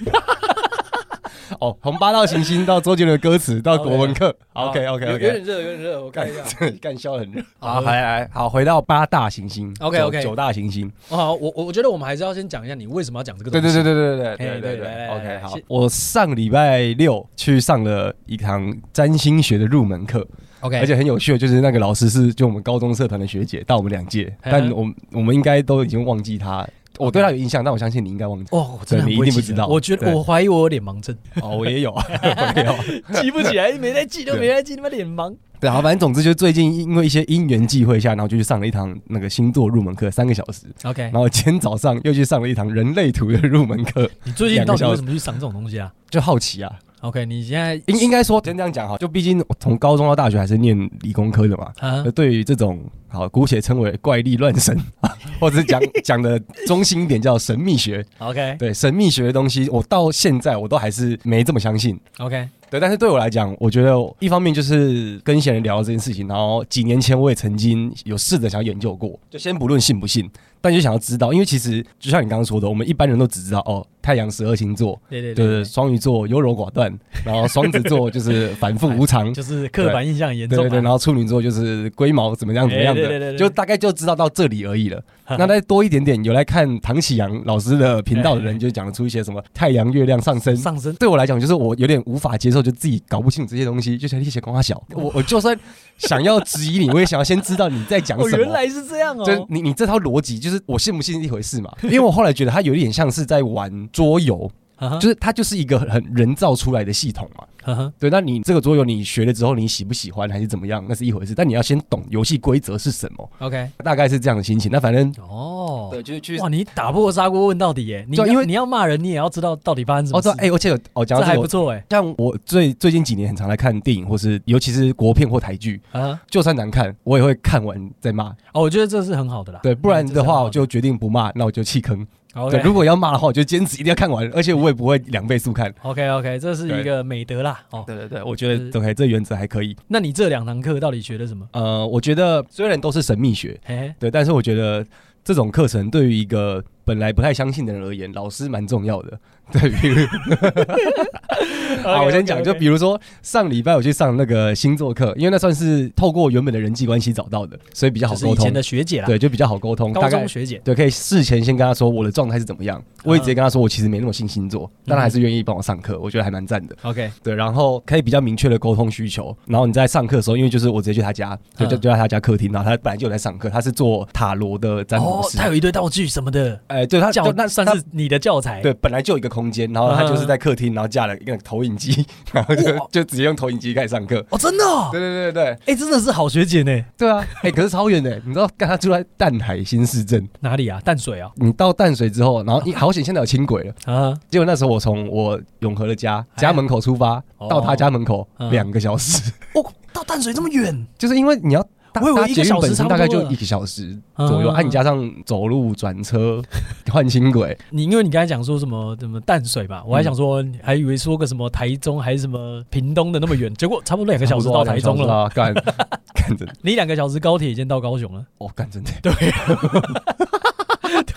[SPEAKER 1] 哦，从八大行星到周杰伦的歌词到国文课
[SPEAKER 2] 好
[SPEAKER 1] ，OK OK
[SPEAKER 2] 啊有有
[SPEAKER 1] OK，
[SPEAKER 2] 点热，有点热，我看
[SPEAKER 1] 干
[SPEAKER 2] 一 [LAUGHS] 下。
[SPEAKER 1] 这干笑很热
[SPEAKER 2] 好
[SPEAKER 1] 好，来来，好，回到八大行星
[SPEAKER 2] OK，OK
[SPEAKER 1] 九九大行星，
[SPEAKER 2] 哦好，我我我觉得我们还是要先讲一下你为什么要讲这个
[SPEAKER 1] 对
[SPEAKER 2] 东
[SPEAKER 1] 对
[SPEAKER 2] 西。
[SPEAKER 1] 对对对对
[SPEAKER 2] 嘿
[SPEAKER 1] 对
[SPEAKER 2] 对来来来
[SPEAKER 1] ，OK
[SPEAKER 2] 来
[SPEAKER 1] 好
[SPEAKER 2] 谢，
[SPEAKER 1] 我上礼拜六去上了一堂占星学的入门课，
[SPEAKER 2] OK，
[SPEAKER 1] 而且很有趣的就是那个老师是就我们高中社团的学姐，大我们两届，
[SPEAKER 2] 嗯
[SPEAKER 1] 但我们我们应该都已经忘记她，我对她有印象，但我相信你应该
[SPEAKER 2] [LAUGHS]
[SPEAKER 1] 忘记。
[SPEAKER 2] 哦，我真的
[SPEAKER 1] 对
[SPEAKER 2] 很
[SPEAKER 1] 你一定不
[SPEAKER 2] 记
[SPEAKER 1] 知
[SPEAKER 2] 得
[SPEAKER 1] 道
[SPEAKER 2] 我觉
[SPEAKER 1] 对
[SPEAKER 2] 得我怀疑我有脸盲症。
[SPEAKER 1] 哦，我也有，我也有。
[SPEAKER 2] 记不起来，没在记，都
[SPEAKER 1] 对
[SPEAKER 2] 没在记，他妈脸盲。
[SPEAKER 1] 对，好，反正总之就是最近因为一些因缘际会下，然后就去上了一堂那个星座入门课，三个小时。
[SPEAKER 2] OK，
[SPEAKER 1] 然后今天早上又去上了一堂人类图的入门课，
[SPEAKER 2] 你最近到底为什么去上这种东西啊
[SPEAKER 1] 就好奇啊。
[SPEAKER 2] ？OK，你现在
[SPEAKER 1] 应应该说先这样讲哈，就毕竟我从高中到大学还是念理工科的嘛。
[SPEAKER 2] 啊
[SPEAKER 1] 那对于这种好姑且称为怪力乱神， [LAUGHS] 或者是讲讲的中心一点叫神秘学，
[SPEAKER 2] ，OK
[SPEAKER 1] 对神秘学的东西，我到现在我都还是没这么相信。
[SPEAKER 2] OK，
[SPEAKER 1] 对，但是对我来讲，我觉得一方面就是跟一些人聊到这件事情，然后几年前我也曾经有试着想要研究过，就先不论信不信，但就想要知道，因为其实就像你刚刚说的，我们一般人都只知道哦，太阳十二星座，
[SPEAKER 2] 对对。
[SPEAKER 1] 对对，双鱼座优柔寡断，然后双子座就是反复无常
[SPEAKER 2] [LAUGHS] 就是刻板印象很严
[SPEAKER 1] 对
[SPEAKER 2] 重
[SPEAKER 1] 对
[SPEAKER 2] 啊。
[SPEAKER 1] 对，然后处女座就是龟毛怎么样怎么样
[SPEAKER 2] 哎对对对
[SPEAKER 1] 的，
[SPEAKER 2] 对
[SPEAKER 1] 就大概就知道到这里而已
[SPEAKER 2] [LAUGHS]
[SPEAKER 1] 了。那再多一点点，有来看唐启阳老师的频道的人，就讲得出一些什么太阳、月亮上升、
[SPEAKER 2] [LAUGHS] 上升，
[SPEAKER 1] 对我来讲，就是我有点无法接受，就自己搞不清楚这些东西，就想一些光花
[SPEAKER 2] [LAUGHS]
[SPEAKER 1] 小。我我就算想要质疑你，我也想要先知道你在讲
[SPEAKER 2] 哦，
[SPEAKER 1] 什
[SPEAKER 2] 原
[SPEAKER 1] 么。
[SPEAKER 2] 来是这样
[SPEAKER 1] 就是
[SPEAKER 2] 哦。
[SPEAKER 1] 你你这套逻辑，就是我信不信是一回事嘛？因为我后来觉得它有一点像是在玩桌游，
[SPEAKER 2] 就
[SPEAKER 1] 就是它就是一个很很人造出来的系统嘛。对，那你这个桌游你学了之后，你喜不喜欢还是怎么样，那是一回事。但你要先懂游戏规则是什么，
[SPEAKER 2] OK，
[SPEAKER 1] 大概是这样的心情。那反正
[SPEAKER 2] 哦。
[SPEAKER 1] 就是去
[SPEAKER 2] 哇，你打破砂锅问到底耶！你
[SPEAKER 1] 对啊
[SPEAKER 2] 要
[SPEAKER 1] 因为
[SPEAKER 2] 你要骂人，你也要知道到底发生什
[SPEAKER 1] 哦，
[SPEAKER 2] 么事
[SPEAKER 1] 对，。哎，而且有哦，讲到
[SPEAKER 2] 这
[SPEAKER 1] 这
[SPEAKER 2] 还
[SPEAKER 1] 个
[SPEAKER 2] 不，错哎。
[SPEAKER 1] 像我最最近几年很常来看电影，或是尤其是国片或台剧，
[SPEAKER 2] 啊，
[SPEAKER 1] 就算难看，我也会看完再骂。
[SPEAKER 2] 哦，我觉得这是嗯很好的啦。
[SPEAKER 1] 对，不然的话我就决定不骂，那我就弃坑。对，如
[SPEAKER 2] OK
[SPEAKER 1] 果要骂的话，我就坚持一定要看完，而且我也不会两倍速看。
[SPEAKER 2] OK OK，这是一个美德啦。哦，
[SPEAKER 1] 对对对，我觉
[SPEAKER 2] 就是
[SPEAKER 1] 得 OK，这原则还可以。
[SPEAKER 2] 那你这两堂课到底学了什么？
[SPEAKER 1] 呃，我觉得虽然都是神秘学，
[SPEAKER 2] 嘿嘿，
[SPEAKER 1] 对，但是我觉得这种课程对于一个本来不太相信的人而言，老师蛮重要的。对，比如啊，我先讲，就比如说上礼拜我去上那个星座课，因为那算是透过原本的人际关系找到的，所以比较好
[SPEAKER 2] 就是
[SPEAKER 1] 沟
[SPEAKER 2] 以前
[SPEAKER 1] 通
[SPEAKER 2] 的。学姐啦，
[SPEAKER 1] 对，就比较哦好沟通，
[SPEAKER 2] 高
[SPEAKER 1] 大概
[SPEAKER 2] 中学姐，
[SPEAKER 1] 对，可以事前先跟他说我的状态是怎么样，我
[SPEAKER 2] 嗯
[SPEAKER 1] 也直接跟他说我其实没那么信星座，但他还是愿意帮我上课，我觉得还蛮赞的。
[SPEAKER 2] OK，
[SPEAKER 1] 对，然后可以比较明确的沟通需求。然后你在上课的时候，因为就是我直接去他家，就就
[SPEAKER 2] 嗯
[SPEAKER 1] 就在他家客厅，然后他本来就有在上课，他是做塔罗的占卜
[SPEAKER 2] 哦，
[SPEAKER 1] 师。
[SPEAKER 2] 他有一堆道具什么的，
[SPEAKER 1] 哎，对他
[SPEAKER 2] 教
[SPEAKER 1] 就那
[SPEAKER 2] 算
[SPEAKER 1] 他
[SPEAKER 2] 是你的教材，
[SPEAKER 1] 对，本来就有一个空间，然后他就是在客厅，然后架了一个投影机，然后就
[SPEAKER 2] 哇
[SPEAKER 1] [LAUGHS] 就直接用投影机开始上课。
[SPEAKER 2] 哦，真的哦，
[SPEAKER 1] 对对对对
[SPEAKER 2] 哎，真的是好学姐呢，
[SPEAKER 1] 对啊！哎、可是超远的，你知道，干他住在淡海新市镇，
[SPEAKER 2] 哪里啊？淡水啊，
[SPEAKER 1] 你到淡水之后，然后你好险现在有轻轨了，
[SPEAKER 2] 啊，
[SPEAKER 1] 结果那时候我从我永和的家
[SPEAKER 2] 哎
[SPEAKER 1] 家门口出发，
[SPEAKER 2] 哦
[SPEAKER 1] 到他家门口
[SPEAKER 2] 嗯
[SPEAKER 1] 两个小时， [LAUGHS]
[SPEAKER 2] 哦，到淡水这么远，
[SPEAKER 1] 就是因为你要搭。
[SPEAKER 2] 我以为
[SPEAKER 1] 搭
[SPEAKER 2] 一个
[SPEAKER 1] 捷运
[SPEAKER 2] 小时
[SPEAKER 1] 本身
[SPEAKER 2] 差不
[SPEAKER 1] 大概
[SPEAKER 2] 多
[SPEAKER 1] 就
[SPEAKER 2] 了
[SPEAKER 1] 一个小时左右，
[SPEAKER 2] 嗯
[SPEAKER 1] 啊，你加上走路、转车、换轻轨，
[SPEAKER 2] 你因为你刚才讲说什么什么淡水嘛，我还想说，还以为说个什么台中还是什么屏东的那么远， [LAUGHS] 结果差不多两个小时到台中
[SPEAKER 1] 差不多
[SPEAKER 2] 了。
[SPEAKER 1] 啊，两个小时啊干 [LAUGHS] 干真的，
[SPEAKER 2] 你两个小时高铁已经到高雄了。
[SPEAKER 1] 哦，干真的。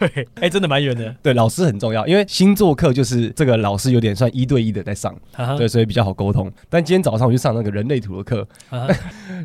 [SPEAKER 2] 对，哎，真的蛮远的。
[SPEAKER 1] 对，老师很重要，因为星座课就是这个老师有点算一对一的在上，
[SPEAKER 2] 啊哈
[SPEAKER 1] 对，，所以比较好沟通。但今天早上我去上那个人类图的课，
[SPEAKER 2] 啊哈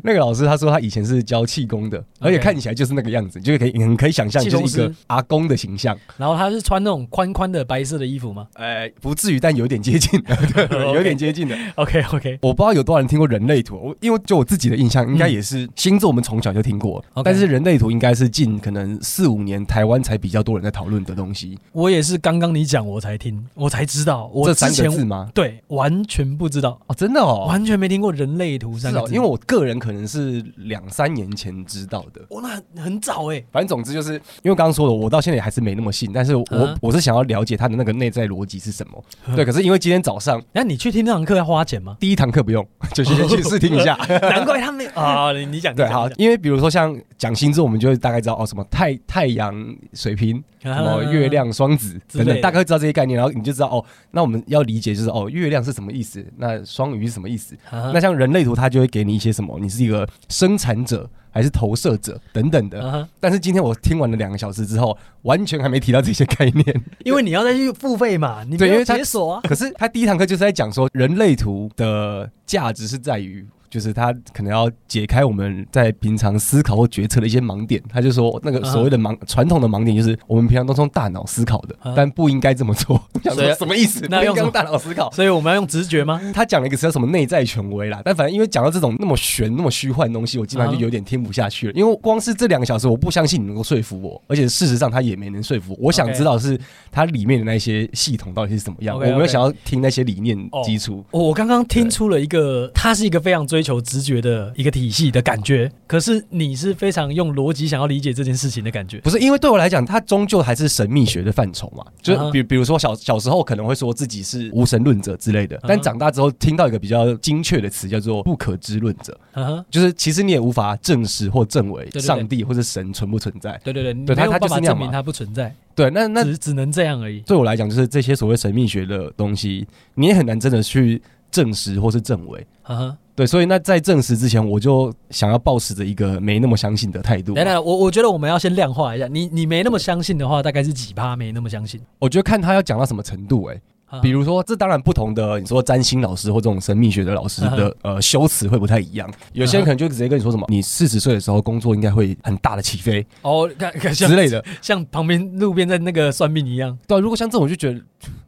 [SPEAKER 1] 那个老师他说他以前是教气功的，而且
[SPEAKER 2] OK
[SPEAKER 1] 看起来就是那个样子，就是可以你很可以想象，
[SPEAKER 2] 气
[SPEAKER 1] 就
[SPEAKER 2] 功
[SPEAKER 1] 是一个
[SPEAKER 2] 师
[SPEAKER 1] 阿公的形象，
[SPEAKER 2] 然后他是穿那种宽宽的白色的衣服吗
[SPEAKER 1] 呃，不至于，但有点接近，
[SPEAKER 2] [LAUGHS]
[SPEAKER 1] 对，有点接近的。
[SPEAKER 2] ？OK OK，
[SPEAKER 1] 我不知道有多少人听过人类图，我因为就我自己的印象，应该也是星座，我们从小就听过，
[SPEAKER 2] 嗯 OK
[SPEAKER 1] 但是人类图应该是近可能四五年台湾才比较多人在讨论的东西。
[SPEAKER 2] 我也是刚刚你讲我才听，我才知道，我
[SPEAKER 1] 这
[SPEAKER 2] 之
[SPEAKER 1] 三
[SPEAKER 2] 前
[SPEAKER 1] 个字吗？
[SPEAKER 2] 对完全不知道，
[SPEAKER 1] 哦，真的哦，
[SPEAKER 2] 完全没听过人类图
[SPEAKER 1] 是
[SPEAKER 2] 三个
[SPEAKER 1] 哦，
[SPEAKER 2] 字，
[SPEAKER 1] 因为我个人可能是两三年前知道的。
[SPEAKER 2] 我那很很早哎，
[SPEAKER 1] 反正总之就是，因为刚刚说的，我到现在也还是没那么信，但是我、
[SPEAKER 2] 嗯
[SPEAKER 1] 我是想要了解它的那个内在逻辑是什么。
[SPEAKER 2] 嗯
[SPEAKER 1] 对，可是因为今天早上
[SPEAKER 2] 那你去听那堂课要花
[SPEAKER 1] [LAUGHS]？
[SPEAKER 2] 钱吗
[SPEAKER 1] 第一堂课不用，就先去试听一
[SPEAKER 2] [LAUGHS]
[SPEAKER 1] 下。
[SPEAKER 2] 难怪他
[SPEAKER 1] [LAUGHS]
[SPEAKER 2] 没有
[SPEAKER 1] 哦
[SPEAKER 2] 啊，你你讲
[SPEAKER 1] 对，好，因为比如说像讲星座，我们就会大概知道哦，什么太 [LAUGHS] 太阳水瓶，什么月。
[SPEAKER 2] 你讲啊
[SPEAKER 1] 亮双子
[SPEAKER 2] 之
[SPEAKER 1] 等
[SPEAKER 2] 类的
[SPEAKER 1] 等，大概会知道这些概念，然后你就知道哦，那我们要理解就是哦，月亮是什么意思，那双鱼是什么意思，
[SPEAKER 2] 啊
[SPEAKER 1] 那像人类图，它就会给你一些什么？你是一个生产者还是投射者等等的。
[SPEAKER 2] 啊哈
[SPEAKER 1] 但是今天我听完了两个小时之后，完全还没提到这些概
[SPEAKER 2] [LAUGHS]
[SPEAKER 1] 念。
[SPEAKER 2] 因为你要再去付费嘛，你
[SPEAKER 1] 对
[SPEAKER 2] 没有
[SPEAKER 1] 因为它
[SPEAKER 2] 解锁啊。
[SPEAKER 1] 可是他第一堂课就是在讲说，人类图的价值是在于。就是它可能要解开我们在平常思考或决策的一些盲点，他就说那个所谓的盲传统的盲点就是我们平常都是用大脑思考的
[SPEAKER 2] 啊，
[SPEAKER 1] 但不应该这么做。 [LAUGHS] 我想
[SPEAKER 2] 所
[SPEAKER 1] 说
[SPEAKER 2] 以
[SPEAKER 1] 什么意思？
[SPEAKER 2] [LAUGHS] 那
[SPEAKER 1] 不应
[SPEAKER 2] 用
[SPEAKER 1] 该
[SPEAKER 2] 什么
[SPEAKER 1] 用大脑思考？
[SPEAKER 2] 所以我们要用直觉吗？
[SPEAKER 1] 他讲了一个词叫什么内在权威啦，但反正因为讲到这种那么玄、那么虚幻的东西，我基本上
[SPEAKER 2] 啊
[SPEAKER 1] 就有点听不下去了。因为光是这两个小时，我不相信你能够说服我，而且事实上他也没能说服我。我想
[SPEAKER 2] OK
[SPEAKER 1] 知道是它里面的那些系统到底是怎么样，我
[SPEAKER 2] OK，OK 哦
[SPEAKER 1] 没有想要听那些理念基础。
[SPEAKER 2] 我我刚刚听出了一个，它是一个非常追求直觉的一个体系的感觉，可是你是非常用逻辑想要理解这件事情的感觉。
[SPEAKER 1] 不是，因为对我来讲，它终究还是神秘学的范畴嘛。就
[SPEAKER 2] 嗯哼
[SPEAKER 1] 是比比如说小小时候可能会说自己是无神论者之类的，
[SPEAKER 2] 嗯
[SPEAKER 1] 但
[SPEAKER 2] 哼
[SPEAKER 1] 长大之后听到一个比较精确的词叫做不可知论者，
[SPEAKER 2] 啊哈，
[SPEAKER 1] 就是其实你也无法证实或证伪
[SPEAKER 2] 对对对
[SPEAKER 1] 上帝或者神存不存在。
[SPEAKER 2] 对对对，你
[SPEAKER 1] 对它
[SPEAKER 2] 没有
[SPEAKER 1] 它就
[SPEAKER 2] 办
[SPEAKER 1] 是
[SPEAKER 2] 法
[SPEAKER 1] 那样
[SPEAKER 2] 证明
[SPEAKER 1] 嘛
[SPEAKER 2] 它不存在，
[SPEAKER 1] 对，那那
[SPEAKER 2] 只只能这样而已。
[SPEAKER 1] 对我来讲，就是这些所谓神秘学的东西，你也很难真的去证实或是证伪。
[SPEAKER 2] 啊哈，
[SPEAKER 1] 对，所以那在证实之前，我就想要抱持着一个没那么相信的态度。
[SPEAKER 2] 等等，我我觉得我们要先量化一下，你你没那么相信的话，大概是几趴没那么相信？
[SPEAKER 1] 我觉得看他要讲到什么程度、欸，
[SPEAKER 2] 啊哈
[SPEAKER 1] 比如说，这当然不同的，你说占星老师或这种神秘学的老师
[SPEAKER 2] 啊
[SPEAKER 1] 的、呃修辞会不太一样。有些人可能就直接跟你说什么，你四十岁的时候工作应该会很大的起飞
[SPEAKER 2] 哦，看看
[SPEAKER 1] 之
[SPEAKER 2] 像
[SPEAKER 1] 类的。
[SPEAKER 2] 像旁边路边在那个算命一样，
[SPEAKER 1] 对啊、如果像这种，我就觉得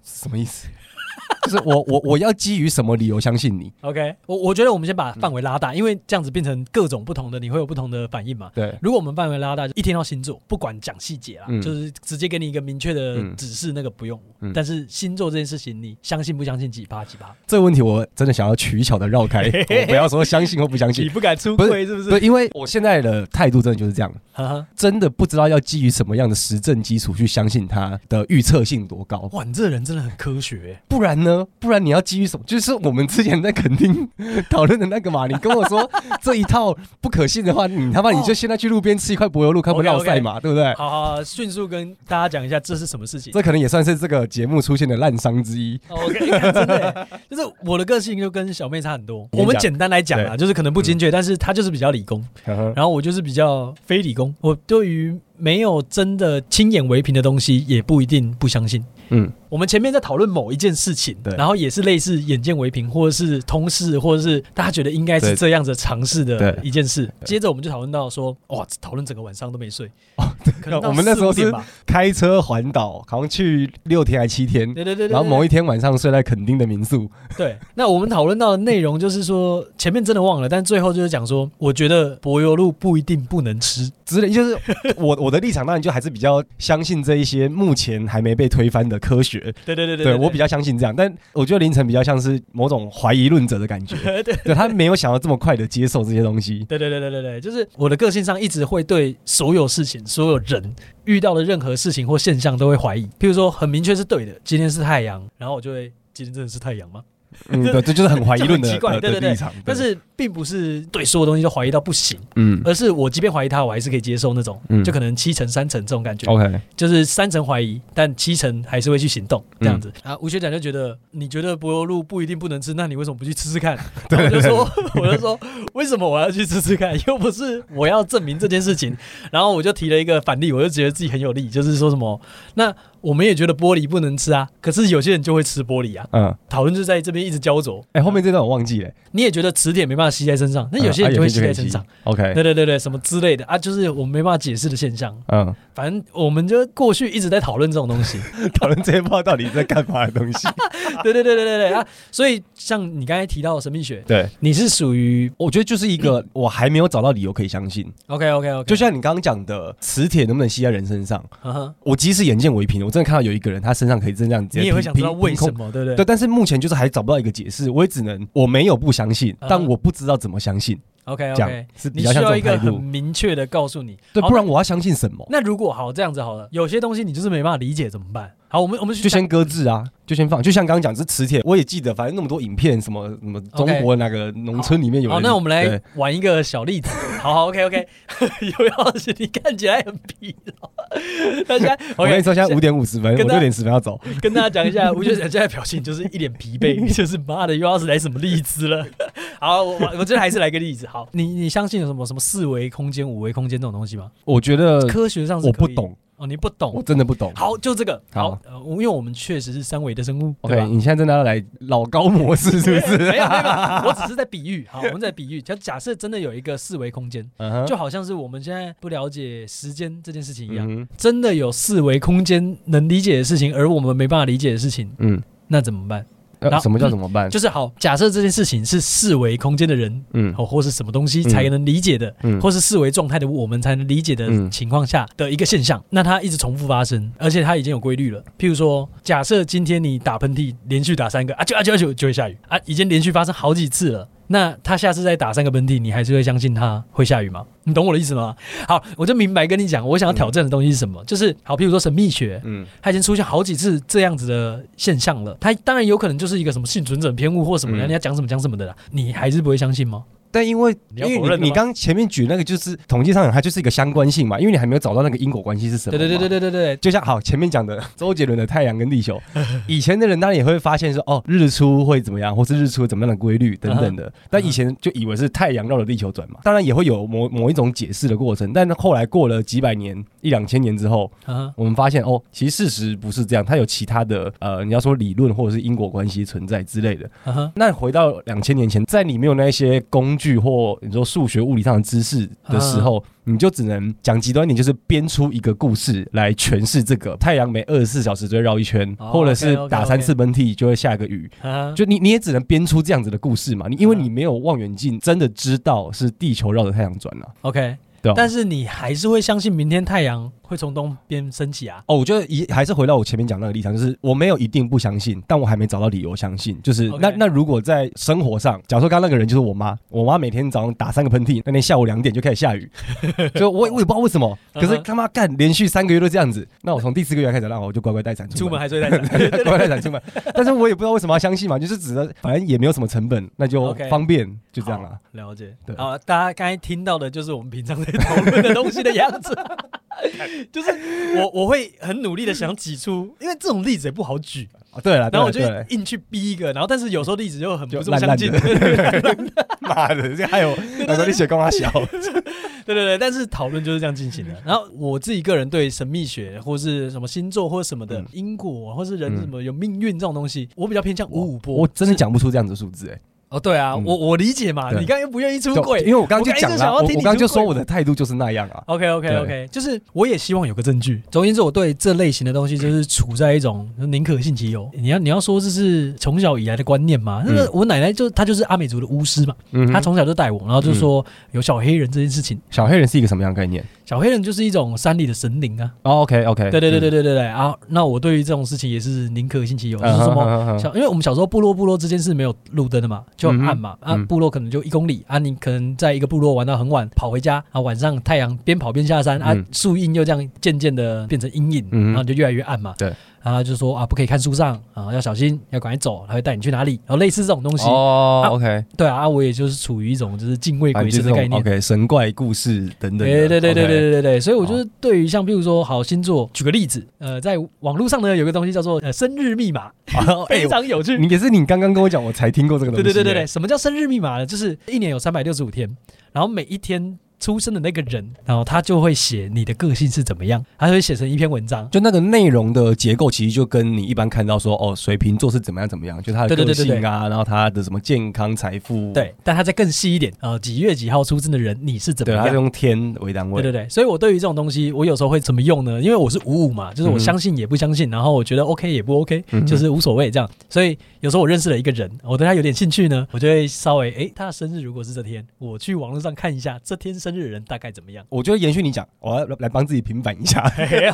[SPEAKER 1] 什么意思？ [LAUGHS] 就是我我我要基于什么理由相信你？
[SPEAKER 2] OK，我我觉得我们先把范围拉大，因为这样子变成各种不同的，你会有不同的反应嘛。
[SPEAKER 1] 对，
[SPEAKER 2] 如果我们范围拉大，就一听到星座，不管讲细节啦，
[SPEAKER 1] 嗯
[SPEAKER 2] 就是直接给你一个明确的
[SPEAKER 1] 嗯
[SPEAKER 2] 指示，那个不用。
[SPEAKER 1] 嗯
[SPEAKER 2] 但是星座这件事情，你相信不相信几趴几趴？
[SPEAKER 1] 这个问题我真的想要取巧的绕开，我不要说相信或不相
[SPEAKER 2] 你
[SPEAKER 1] 信，
[SPEAKER 2] 不敢出
[SPEAKER 1] 不
[SPEAKER 2] 柜是不是？
[SPEAKER 1] 对，因为我现在的态度真的就是这样，
[SPEAKER 2] 哈啊哈，
[SPEAKER 1] 真的不知道要基于什么样的实证基础去相信它的预测性多高，
[SPEAKER 2] 哇，你这人真的很科学、欸
[SPEAKER 1] 不然呢？不然你要基于什么？就是我们之前在垦丁讨论的那个嘛，你跟我说这一套不可信的话，你他妈你就现在去路边吃一块柏油路，看不
[SPEAKER 2] OK，OK
[SPEAKER 1] 绕赛嘛，对不对
[SPEAKER 2] 欸。？好好好，迅速跟大家讲一下这是什么事情。
[SPEAKER 1] 这可能也算是这个节目出现的烂伤之一。
[SPEAKER 2] 哦 OK，看真的欸、就是我的个性就跟小妹差很多。
[SPEAKER 1] 你先
[SPEAKER 2] 我们
[SPEAKER 1] 讲
[SPEAKER 2] 简单来讲啦，就是可能不精确，但是她就是比较理工，然后我就是比较非理工，我对于没有真的亲眼为凭的东西，也不一定不相信。
[SPEAKER 1] 嗯，
[SPEAKER 2] 我们前面在讨论某一件事情，
[SPEAKER 1] 对
[SPEAKER 2] 然后也是类似眼见为凭，或者是同事，或者是大家觉得应该是
[SPEAKER 1] 对
[SPEAKER 2] 这样子尝试的
[SPEAKER 1] 对
[SPEAKER 2] 一件事。接着我们就讨论到说，哇，讨论整个晚上都没睡，可能到
[SPEAKER 1] 我们那时候
[SPEAKER 2] 4-5点
[SPEAKER 1] 是
[SPEAKER 2] 吧，
[SPEAKER 1] 开车环岛，好像去六天还七天，
[SPEAKER 2] 对对对对，
[SPEAKER 1] 然后
[SPEAKER 2] 对
[SPEAKER 1] 某一天晚上睡在垦丁的民宿，
[SPEAKER 2] 对，那我们讨论到的内容就是说，前面真的忘了，但最后就是讲说，我觉得柏油路不一定不能吃。
[SPEAKER 1] 之类，就是我 [LAUGHS] 我的立场当然就还是比较相信这一些目前还没被推翻的科学，
[SPEAKER 2] 对对对
[SPEAKER 1] 对我比较相信这样，但我觉得凌晨比较像是某种怀疑论者的感觉，
[SPEAKER 2] [LAUGHS] 对对
[SPEAKER 1] 对他没有想要这么快的接受这些东西，
[SPEAKER 2] 对对对对对对，就是我的个性上一直会对所有事情、所有人遇到的任何事情或现象都会怀疑。譬如说，很明确是对的，今天是太阳，然后我就会。今天真的是太阳吗？ [LAUGHS]
[SPEAKER 1] 嗯，对，这就是很怀疑论的呃
[SPEAKER 2] 就很奇怪
[SPEAKER 1] 的
[SPEAKER 2] 对对
[SPEAKER 1] 的
[SPEAKER 2] 对
[SPEAKER 1] 立场，对
[SPEAKER 2] 但是并不是对所有东西都怀疑到不行，
[SPEAKER 1] 嗯
[SPEAKER 2] 而是我即便怀疑它，我还是可以接受那种，
[SPEAKER 1] 嗯
[SPEAKER 2] 就可能七成、三成这种感觉。
[SPEAKER 1] ，OK，
[SPEAKER 2] 就是三成怀疑，但七成还是会去行动这样子、啊。吴学长就觉得，你觉得柏油路不一定不能吃，那你为什么不去吃吃看？然后我就说，我就说， [LAUGHS] 为什么我要去吃吃看？又不是我要证明这件事情。然后我就提了一个反例，我就觉得自己很有力，就是说什么，那我们也觉得玻璃不能吃啊，可是有些人就会吃玻璃啊。
[SPEAKER 1] 嗯，
[SPEAKER 2] 讨论就在这边一直焦灼。
[SPEAKER 1] 哎，后面这段我忘记了，嗯啊
[SPEAKER 2] 你也觉得磁铁没办法吸在身上，那有些人就会吸在身上。
[SPEAKER 1] ，OK，
[SPEAKER 2] 对对对对，什么之类的啊，就是我们没办法解释的现象。
[SPEAKER 1] 嗯， [LAUGHS]
[SPEAKER 2] 反正我们就过去一直在讨论这种东西。
[SPEAKER 1] 讨论这些不知道到底在干嘛的东西，
[SPEAKER 2] 对对对对对对啊！所以像你刚才提到的神秘学，
[SPEAKER 1] [LAUGHS] 对，
[SPEAKER 2] 你是属于
[SPEAKER 1] 我觉得就是一个我还没有找到理由可以相信，
[SPEAKER 2] OK OK OK，
[SPEAKER 1] 就像你刚刚讲的，磁铁能不能吸在人身上？我即使眼见为凭，我真的看到有一个人他身上可以这样直接
[SPEAKER 2] 你也会
[SPEAKER 1] 凭
[SPEAKER 2] 想知道
[SPEAKER 1] 凭
[SPEAKER 2] 为
[SPEAKER 1] 凭空
[SPEAKER 2] 什么，对不对？
[SPEAKER 1] 对，但是目前就是还找不到一个解释，我也只能我没有不相信，
[SPEAKER 2] 嗯
[SPEAKER 1] 但我不知道怎么相信，
[SPEAKER 2] OK
[SPEAKER 1] 这
[SPEAKER 2] OK，
[SPEAKER 1] 样是比
[SPEAKER 2] 你
[SPEAKER 1] 较
[SPEAKER 2] 需
[SPEAKER 1] 像
[SPEAKER 2] 要
[SPEAKER 1] 这
[SPEAKER 2] 一
[SPEAKER 1] 种态
[SPEAKER 2] 个很
[SPEAKER 1] 度。
[SPEAKER 2] 明确的告诉你，
[SPEAKER 1] 对，
[SPEAKER 2] 好
[SPEAKER 1] 不然我要相信什么？
[SPEAKER 2] 那如果好这样子好了，有些东西你就是没办法理解怎么办？好，我们我们去
[SPEAKER 1] 就先搁置啊，就先放。就像刚刚讲是磁铁，我也记得，反正那么多影片，什么什么
[SPEAKER 2] OK
[SPEAKER 1] 中国哪个农村里面有人。
[SPEAKER 2] 好，那我们来
[SPEAKER 1] 对
[SPEAKER 2] 玩一个小例子。好好，OK OK，有要是你看起来很疲劳，大家
[SPEAKER 1] 我跟
[SPEAKER 2] OK
[SPEAKER 1] 你。说，现在五点五十分，我
[SPEAKER 2] 跟大家
[SPEAKER 1] 六点十分要走。
[SPEAKER 2] [LAUGHS] 跟大家讲一下，吴学长现在表情就是一脸疲 [LAUGHS] 惫，就是妈的又要是来什么例子了。 [LAUGHS] 好，我我我这还是来个例子。好，你你相信有什么什么四维空间、五维空间这种东西吗？
[SPEAKER 1] 我觉得
[SPEAKER 2] 科学上是
[SPEAKER 1] 呃我
[SPEAKER 2] 可
[SPEAKER 1] 不
[SPEAKER 2] 以
[SPEAKER 1] 懂，
[SPEAKER 2] 哦，你不
[SPEAKER 1] 我
[SPEAKER 2] 懂。
[SPEAKER 1] 真的不懂。
[SPEAKER 2] 好，就这个好
[SPEAKER 1] 好，
[SPEAKER 2] 呃因为我们确实是三维的生物，
[SPEAKER 1] ，OK，
[SPEAKER 2] 对吧？
[SPEAKER 1] 你现在真的要来老高模式是不是？
[SPEAKER 2] [LAUGHS] 没有没有，没有我只是在比喻。好，我们在比喻，假假设真的有一个四维空间，
[SPEAKER 1] [LAUGHS] 嗯哼
[SPEAKER 2] 就好像是我们现在不了解时间这件事情一样，
[SPEAKER 1] 嗯哼
[SPEAKER 2] 真的有四维空间能理解的事情，而我们没办法理解的事情，
[SPEAKER 1] 嗯，
[SPEAKER 2] 那怎么办？
[SPEAKER 1] 呃
[SPEAKER 2] 然后
[SPEAKER 1] 什么叫怎么办？
[SPEAKER 2] 就是好，假设这件事情是四维空间的人，
[SPEAKER 1] 嗯
[SPEAKER 2] 哦，或是什么东西才能理解的，
[SPEAKER 1] 嗯
[SPEAKER 2] 或是四维状态的我们才能理解的
[SPEAKER 1] 嗯
[SPEAKER 2] 情况下的一个现象，那它一直重复发生，而且它已经有规律了。譬如说，假设今天你打喷嚏连续打三个啊就啊就啊就就会下雨啊，已经连续发生好几次了。那他下次再打三个喷嚏，你还是会相信他会下雨吗？你懂我的意思吗？好，我就明白跟你讲，我想要挑战的东西是什么，就是好，譬如说神秘学，
[SPEAKER 1] 嗯
[SPEAKER 2] 它已经出现好几次这样子的现象了。它当然有可能就是一个什么幸存者偏误或什么的，
[SPEAKER 1] 嗯
[SPEAKER 2] 人家讲什么讲什么的啦，你还是不会相信吗？
[SPEAKER 1] 但因为
[SPEAKER 2] 你
[SPEAKER 1] 因
[SPEAKER 2] 要
[SPEAKER 1] 为
[SPEAKER 2] 否认的
[SPEAKER 1] 你你
[SPEAKER 2] 吗
[SPEAKER 1] 刚前面举那个就是统计上讲它就是一个相关性嘛，因为你还没有找到那个因果关系是什
[SPEAKER 2] 对
[SPEAKER 1] 么。
[SPEAKER 2] 对对对。对对对，
[SPEAKER 1] 就像好前面讲的周杰伦的《太阳跟地球》，
[SPEAKER 2] [LAUGHS]
[SPEAKER 1] 以前的人当然也会发现说哦日出会怎么样，或是日出怎么样的规律等等
[SPEAKER 2] 啊
[SPEAKER 1] 的，但以前就以为是太阳绕着地球转嘛，当然也会有某某一种解释的过程，但后来过了几百年一两千年之后，
[SPEAKER 2] 啊
[SPEAKER 1] 我们发现哦其实事实不是这样，它有其他的呃你要说理论或者是因果关系存在之类的，
[SPEAKER 2] 哈啊哈
[SPEAKER 1] 那回到两千年前，在你没有那些工具或你说数学、物理上的知识的时候，
[SPEAKER 2] 啊
[SPEAKER 1] 你就只能讲极端一点，就是编出一个故事来诠释这个太阳每二十四小时就会绕一圈，
[SPEAKER 2] 哦
[SPEAKER 1] 或者是
[SPEAKER 2] OK，OK，OK
[SPEAKER 1] 打三次喷嚏就会下个雨。
[SPEAKER 2] 啊哈，
[SPEAKER 1] 就你，你也只能编出这样子的故事嘛？你因为
[SPEAKER 2] 嗯
[SPEAKER 1] 你没有望远镜，真的知道是地球绕着太阳转了、
[SPEAKER 2] OK。
[SPEAKER 1] 对吧？
[SPEAKER 2] 但是你还是会相信明天太阳会从东边升起啊？
[SPEAKER 1] 哦，我觉得一还是回到我前面讲那个立场，就是我没有一定不相信，但我还没找到理由相信。就是
[SPEAKER 2] OK
[SPEAKER 1] 那那如果在生活上，假如说刚刚那个人就是我妈，我妈每天早上打三个喷嚏，那天下午两点就开始下
[SPEAKER 2] [LAUGHS]
[SPEAKER 1] 雨，就我也我也不知道为什么，可是
[SPEAKER 2] 嗯哼
[SPEAKER 1] 他妈干连续三个月都这样子，那我从第四个月开始，那我就乖乖带伞
[SPEAKER 2] 出
[SPEAKER 1] 出
[SPEAKER 2] 门
[SPEAKER 1] 门。
[SPEAKER 2] 还是会带
[SPEAKER 1] [LAUGHS]
[SPEAKER 2] 伞。
[SPEAKER 1] 乖乖带伞出门，但是我也不知道为什么要相信嘛，就是指的，反正也没有什么成本，那就
[SPEAKER 2] OK
[SPEAKER 1] 方便，就这样了。
[SPEAKER 2] 了解。
[SPEAKER 1] 对
[SPEAKER 2] 好，大家刚才听到的就是我们平常在讨论的东西的样
[SPEAKER 1] [LAUGHS]
[SPEAKER 2] 子，就是我我会很努力的想挤出，因为这种例子也不好举，
[SPEAKER 1] 哦对了，
[SPEAKER 2] 然后我就
[SPEAKER 1] 对了 [LAUGHS]
[SPEAKER 2] 硬去逼一个，然后但是有时候例子就很
[SPEAKER 1] 对
[SPEAKER 2] 不
[SPEAKER 1] 了就
[SPEAKER 2] 这么
[SPEAKER 1] 烂
[SPEAKER 2] 相
[SPEAKER 1] 烂
[SPEAKER 2] 近， [LAUGHS]
[SPEAKER 1] 的，妈的，这还有，我说你写干嘛小？
[SPEAKER 2] 对对对，但是讨论就是这样进
[SPEAKER 1] [LAUGHS]
[SPEAKER 2] 行的。然后我自己个人对神秘学或是什么星座或者什么
[SPEAKER 1] 嗯
[SPEAKER 2] 的因果，或是人什么有命运这种东西，我比较偏向 [LAUGHS] 五五波。
[SPEAKER 1] 我真的讲不出这样子的数字哎、
[SPEAKER 2] 哦，对啊，
[SPEAKER 1] 嗯
[SPEAKER 2] 我我理解嘛，
[SPEAKER 1] 对
[SPEAKER 2] 你刚刚又不愿意出
[SPEAKER 1] 就
[SPEAKER 2] 柜，
[SPEAKER 1] 因为我刚刚就
[SPEAKER 2] 我
[SPEAKER 1] 讲
[SPEAKER 2] 一直想
[SPEAKER 1] 了，
[SPEAKER 2] 要
[SPEAKER 1] 我
[SPEAKER 2] 听你
[SPEAKER 1] 我刚刚就
[SPEAKER 2] 出柜
[SPEAKER 1] 说我的态度就是那样啊。
[SPEAKER 2] OK OK OK，就是我也希望有个证据。总而言之，我对这类型的东西就是处在一种宁可信其有。你要你要说这是从小以来的观念嘛？那个我奶奶就她就是阿美族的巫师嘛，
[SPEAKER 1] 嗯哼
[SPEAKER 2] 她从小就带我，然后就说有小黑人这件事情，
[SPEAKER 1] 小黑人是一个什么样的概念？
[SPEAKER 2] 小黑人就是一种山里的神灵啊。
[SPEAKER 1] 哦，OK OK，
[SPEAKER 2] 对对对对对对对啊！那我对于这种事情也是宁可信其
[SPEAKER 1] 嗯
[SPEAKER 2] 有，就是什么小，因为我们小时候部落部落之间是没有路灯的嘛，就很暗嘛，
[SPEAKER 1] 嗯哼
[SPEAKER 2] 啊，
[SPEAKER 1] 嗯
[SPEAKER 2] 部落可能就一公里啊，你可能在一个部落玩到很晚，跑回家啊，晚上太阳边跑边下山啊
[SPEAKER 1] 嗯，
[SPEAKER 2] 树荫又这样渐渐的变成阴影，
[SPEAKER 1] 嗯哼
[SPEAKER 2] 然后就越来越暗嘛，
[SPEAKER 1] 对，
[SPEAKER 2] 然后就说啊，不可以看树上啊，要小心，要赶快走，他会带你去哪里，然后类似这种东西，
[SPEAKER 1] 哦
[SPEAKER 2] 啊
[SPEAKER 1] ，OK，
[SPEAKER 2] 对啊，啊我也就是处于一种就是敬畏
[SPEAKER 1] 反
[SPEAKER 2] 鬼
[SPEAKER 1] 正就
[SPEAKER 2] 神
[SPEAKER 1] 是
[SPEAKER 2] 的
[SPEAKER 1] 这
[SPEAKER 2] 概
[SPEAKER 1] 种
[SPEAKER 2] 念。
[SPEAKER 1] OK 神怪故事等等的。
[SPEAKER 2] 对对对对
[SPEAKER 1] OK
[SPEAKER 2] 对对对对，所以我就是对于像比如说好星座，举个例子，呃，在网络上呢有一个东西叫做呃生日密码，
[SPEAKER 1] [LAUGHS]
[SPEAKER 2] 非常有趣。
[SPEAKER 1] 哦哎你也是你刚刚跟我讲，我才听过这个东
[SPEAKER 2] 对
[SPEAKER 1] 西。
[SPEAKER 2] 对对对对，，什么叫生日密码呢？就是一年有三百六十五天，然后每一天出生的那个人，然后他就会写你的个性是怎么样，他会写成一篇文章。
[SPEAKER 1] 就那个内容的结构，其实就跟你一般看到说哦，水瓶座是怎么样怎么样，就他的
[SPEAKER 2] 对对
[SPEAKER 1] 个
[SPEAKER 2] 对对
[SPEAKER 1] 性
[SPEAKER 2] 对
[SPEAKER 1] 啊，然后他的什么健康、财富，
[SPEAKER 2] 对，但他再更细一点，呃，几月几号出生的人你是怎么
[SPEAKER 1] 对，
[SPEAKER 2] 样
[SPEAKER 1] 他是？用天为单
[SPEAKER 2] 对
[SPEAKER 1] 位。
[SPEAKER 2] 对对，所以我对于这种东西，我有时候会怎么用呢？因为我是五五嘛，就是我
[SPEAKER 1] 嗯
[SPEAKER 2] 相信也不相信，然后我觉得 OK 也不 OK，、
[SPEAKER 1] 嗯哼
[SPEAKER 2] 就是无所谓这样。所以有时候我认识了一个人，我对他有点兴趣呢，我就会稍微诶，他的生日如果是这天，我去网络上看一下这天生日的人大概
[SPEAKER 1] [LAUGHS]
[SPEAKER 2] 怎么样。
[SPEAKER 1] 我觉得延续你讲，我要来帮自己平反一
[SPEAKER 2] [LAUGHS]
[SPEAKER 1] 下。
[SPEAKER 2] 哎呦，